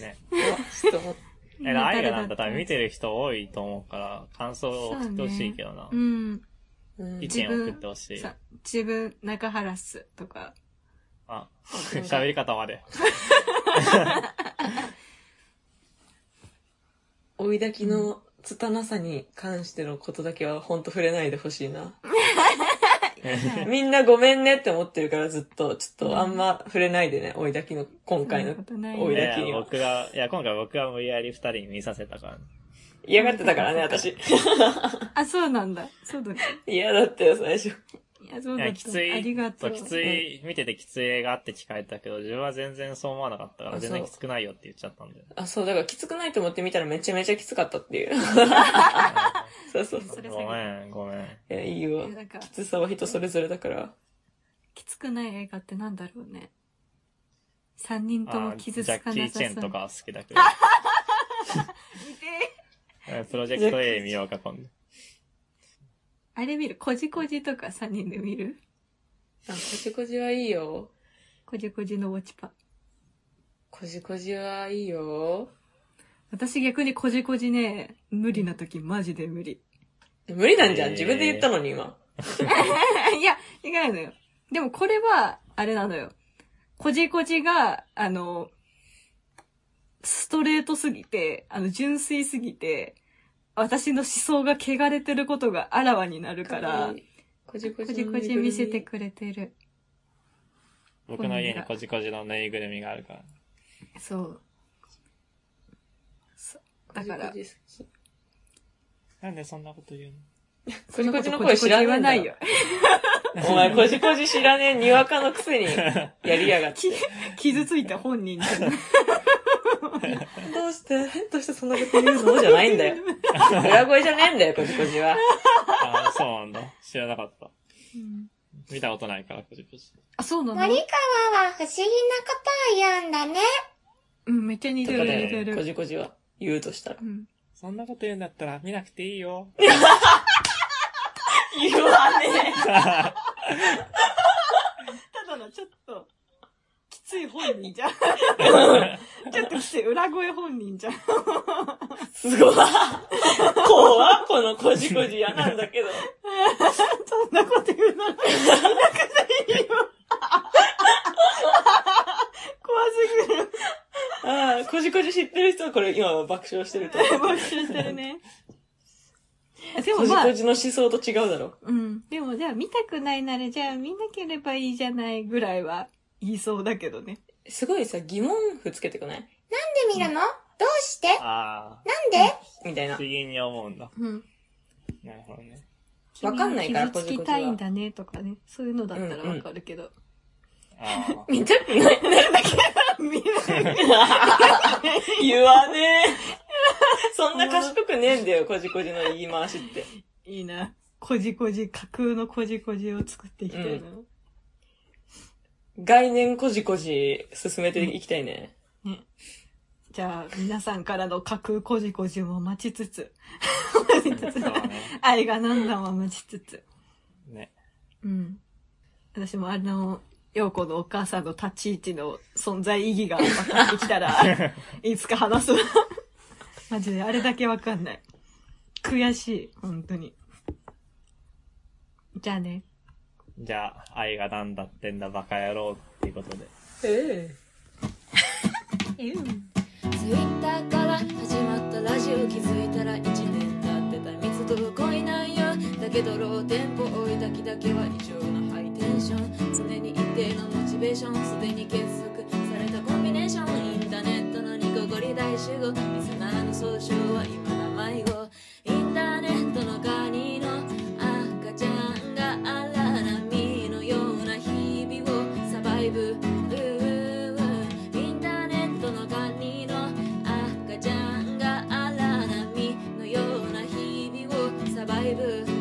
[SPEAKER 3] ね。
[SPEAKER 2] うわちょっと
[SPEAKER 3] [LAUGHS]
[SPEAKER 2] もう
[SPEAKER 1] み
[SPEAKER 3] え、
[SPEAKER 1] な
[SPEAKER 3] 愛
[SPEAKER 1] 誰
[SPEAKER 3] が
[SPEAKER 1] だ
[SPEAKER 3] なん
[SPEAKER 1] っ
[SPEAKER 3] だ
[SPEAKER 1] た
[SPEAKER 3] 多分見てる人多いと思うから、感想を送ってほしいけどな。
[SPEAKER 1] うん
[SPEAKER 2] うん
[SPEAKER 3] 意見を送ってほしい。
[SPEAKER 1] さ自分中原っすとか
[SPEAKER 3] あ、喋り方まで。
[SPEAKER 2] 追いだきの拙さに関してのことだけはほんと触れないでほしいな。みんなごめんねって思ってるからずっと、ちょっとあんま触れないでね、追いだきの、今回の
[SPEAKER 1] そんなことないよ
[SPEAKER 2] 追い
[SPEAKER 3] い
[SPEAKER 2] だ
[SPEAKER 3] や
[SPEAKER 2] き
[SPEAKER 3] い
[SPEAKER 2] に
[SPEAKER 3] や、
[SPEAKER 2] は。
[SPEAKER 3] 僕が、いや、今回僕は無理やり二人に見させたからね。
[SPEAKER 2] 嫌がってたからね、私。
[SPEAKER 1] あそうなんだそうだね
[SPEAKER 2] 嫌だったよ、最初。
[SPEAKER 1] いやそう
[SPEAKER 3] い
[SPEAKER 1] だっ
[SPEAKER 3] や、
[SPEAKER 1] た
[SPEAKER 3] きつい。
[SPEAKER 1] ありがとう
[SPEAKER 3] そうきつい、見ててきつい映画って聞かれたけど、自分は全然そう思わなかったか
[SPEAKER 2] あ
[SPEAKER 3] ら、全然
[SPEAKER 2] そう
[SPEAKER 3] きつくないよって言っちゃったんだ
[SPEAKER 1] [LAUGHS]
[SPEAKER 3] よ。
[SPEAKER 2] あ、そう、だからきつくないと思ってみたらめちゃめちゃきつかったっていう。 [LAUGHS] そうそうそう。
[SPEAKER 1] れ
[SPEAKER 3] ごめん、ごめん。
[SPEAKER 2] いや、いいよ
[SPEAKER 1] いやなんか
[SPEAKER 2] きつさは人それぞれだから。
[SPEAKER 1] きつくない映画ってなんだろうね3人とも
[SPEAKER 3] あー
[SPEAKER 1] 傷つかなさそう
[SPEAKER 3] ジャッキー・チェンとか好き
[SPEAKER 1] [LAUGHS]
[SPEAKER 3] だけど。
[SPEAKER 1] 見て
[SPEAKER 3] うんプロジェクト A 見ようか、
[SPEAKER 1] [LAUGHS]
[SPEAKER 3] 今度。
[SPEAKER 1] あれ見るこじこじとか3人で見る
[SPEAKER 2] あ、こじこじはいいよ。
[SPEAKER 1] こじこじのウォッチパ
[SPEAKER 2] こじこじはいいよ。
[SPEAKER 1] 私逆にこじこじね無理な時マジで無理
[SPEAKER 2] 無理なんじゃん。
[SPEAKER 3] えー
[SPEAKER 2] 自分で言ったのに今。
[SPEAKER 1] いや違うのよでもこれはあれなのよこじこじがあのストレートすぎてあの純粋すぎて私の思想が汚れてることがあらわになるから、
[SPEAKER 2] こじ
[SPEAKER 1] こ
[SPEAKER 2] こじ
[SPEAKER 1] じ
[SPEAKER 2] の
[SPEAKER 1] こ
[SPEAKER 2] ぬいぐ
[SPEAKER 1] じ
[SPEAKER 2] るみ
[SPEAKER 1] 見せてくれてる。
[SPEAKER 3] 僕の家にこじこじのぬいぐるみがあるから。
[SPEAKER 1] そう。だから
[SPEAKER 2] こじこじ好き
[SPEAKER 3] なんでそんなこ
[SPEAKER 1] [LAUGHS]
[SPEAKER 3] と言うの
[SPEAKER 2] こじこじの声知らねえ
[SPEAKER 1] こじこじは
[SPEAKER 2] ん
[SPEAKER 1] な
[SPEAKER 2] だ
[SPEAKER 1] いよ。。
[SPEAKER 2] [LAUGHS] お前、こじこじ知らねえ、にわかのくせに、やりやがって。
[SPEAKER 1] [LAUGHS] 傷ついた本人じゃない
[SPEAKER 2] どうして、どうしてそんなこと言うのじゃない
[SPEAKER 1] [LAUGHS]
[SPEAKER 2] んだよ。裏声じゃねえんだよ、こじこじは。
[SPEAKER 3] あー、そうなんだ。知らなかった。見たことないから、こじこじ。
[SPEAKER 1] あ、そうなの
[SPEAKER 5] 森川は不思議なことを言うんだね。
[SPEAKER 1] うん、めっちゃ似
[SPEAKER 2] と
[SPEAKER 1] て
[SPEAKER 2] か
[SPEAKER 1] る
[SPEAKER 2] だ
[SPEAKER 1] 似て
[SPEAKER 2] よね、こ
[SPEAKER 1] る。
[SPEAKER 2] じこじは。言うとしたら
[SPEAKER 1] う。ん。
[SPEAKER 3] そんなこと言うんだったら見なくてい
[SPEAKER 1] [LAUGHS]
[SPEAKER 3] いよ。
[SPEAKER 2] 言わね
[SPEAKER 1] ただのちょっと、きつい本人じ [LAUGHS] ゃん。ちょっときつい裏声本人じゃん。
[SPEAKER 2] え。すごい。怖っこのこじこじ嫌なんだけど。
[SPEAKER 1] そんなこと言うなら、いなくていいよ。怖すぎる。
[SPEAKER 2] ああ、こじこじ知ってる人はこれ今は爆笑してると思う。
[SPEAKER 1] 爆笑してるね。で
[SPEAKER 2] こ
[SPEAKER 1] も
[SPEAKER 2] じ
[SPEAKER 1] まあ
[SPEAKER 2] こ、じの思想と違うだろ。
[SPEAKER 1] うん。でもじゃあ見たくないならじゃあ見なければいいじゃないぐらいは言いそうだけどね。
[SPEAKER 2] すごいさ、疑問符つけてこない
[SPEAKER 6] 見るのどうして
[SPEAKER 3] あ
[SPEAKER 6] なんで
[SPEAKER 2] みたい
[SPEAKER 3] あ、
[SPEAKER 2] な
[SPEAKER 3] 不思。議に思うんだ。
[SPEAKER 1] うん。
[SPEAKER 3] なるほどね。
[SPEAKER 2] わかんないから、こ
[SPEAKER 1] 傷つ
[SPEAKER 2] じ
[SPEAKER 1] き
[SPEAKER 2] こじ
[SPEAKER 1] たいん
[SPEAKER 2] は。
[SPEAKER 1] だねとかね。そういうのだったらわかるけど。
[SPEAKER 3] あ
[SPEAKER 1] [LAUGHS]
[SPEAKER 3] あ。
[SPEAKER 2] 見たくない。なんだっけ言わねえ。 [LAUGHS] そんな賢くねえんだよ、こじこじの言い回しって。
[SPEAKER 1] いいな。こじこじ、架空のこじこじを作っていきたいな。
[SPEAKER 2] 概念こじこじ進めていきたいね。
[SPEAKER 1] じゃあ、皆さんからの架空こじこじも待ちつつ。 [LAUGHS]
[SPEAKER 3] そうね。
[SPEAKER 1] 愛が何段も待ちつつ。
[SPEAKER 3] ね。
[SPEAKER 1] うん。私もあの、陽子のお母さんの立ち位置の存在意義が分かってきた [LAUGHS] ら、いつか話すわ。マジで、あれだけ分かんない。悔しい、本当に。じゃあね。
[SPEAKER 3] じゃあ、愛がなんだってんだバカ野郎っていうことで。
[SPEAKER 2] ええ。
[SPEAKER 5] ツイッターから始まったラジオ気づいたら1年経ってた密度が濃いなんやだけどローテンポ追いだきだけは異常なハイテンション常に一定のモチベーションすでに結束されたコンビネーションインターネットのニコゴリ大集合リスナーの総称は今だ迷子インターネットのカニの赤ちゃんが荒波のような日々をサバイブうううインターネットのカニの赤ちゃんが荒波のような日々をサバイブ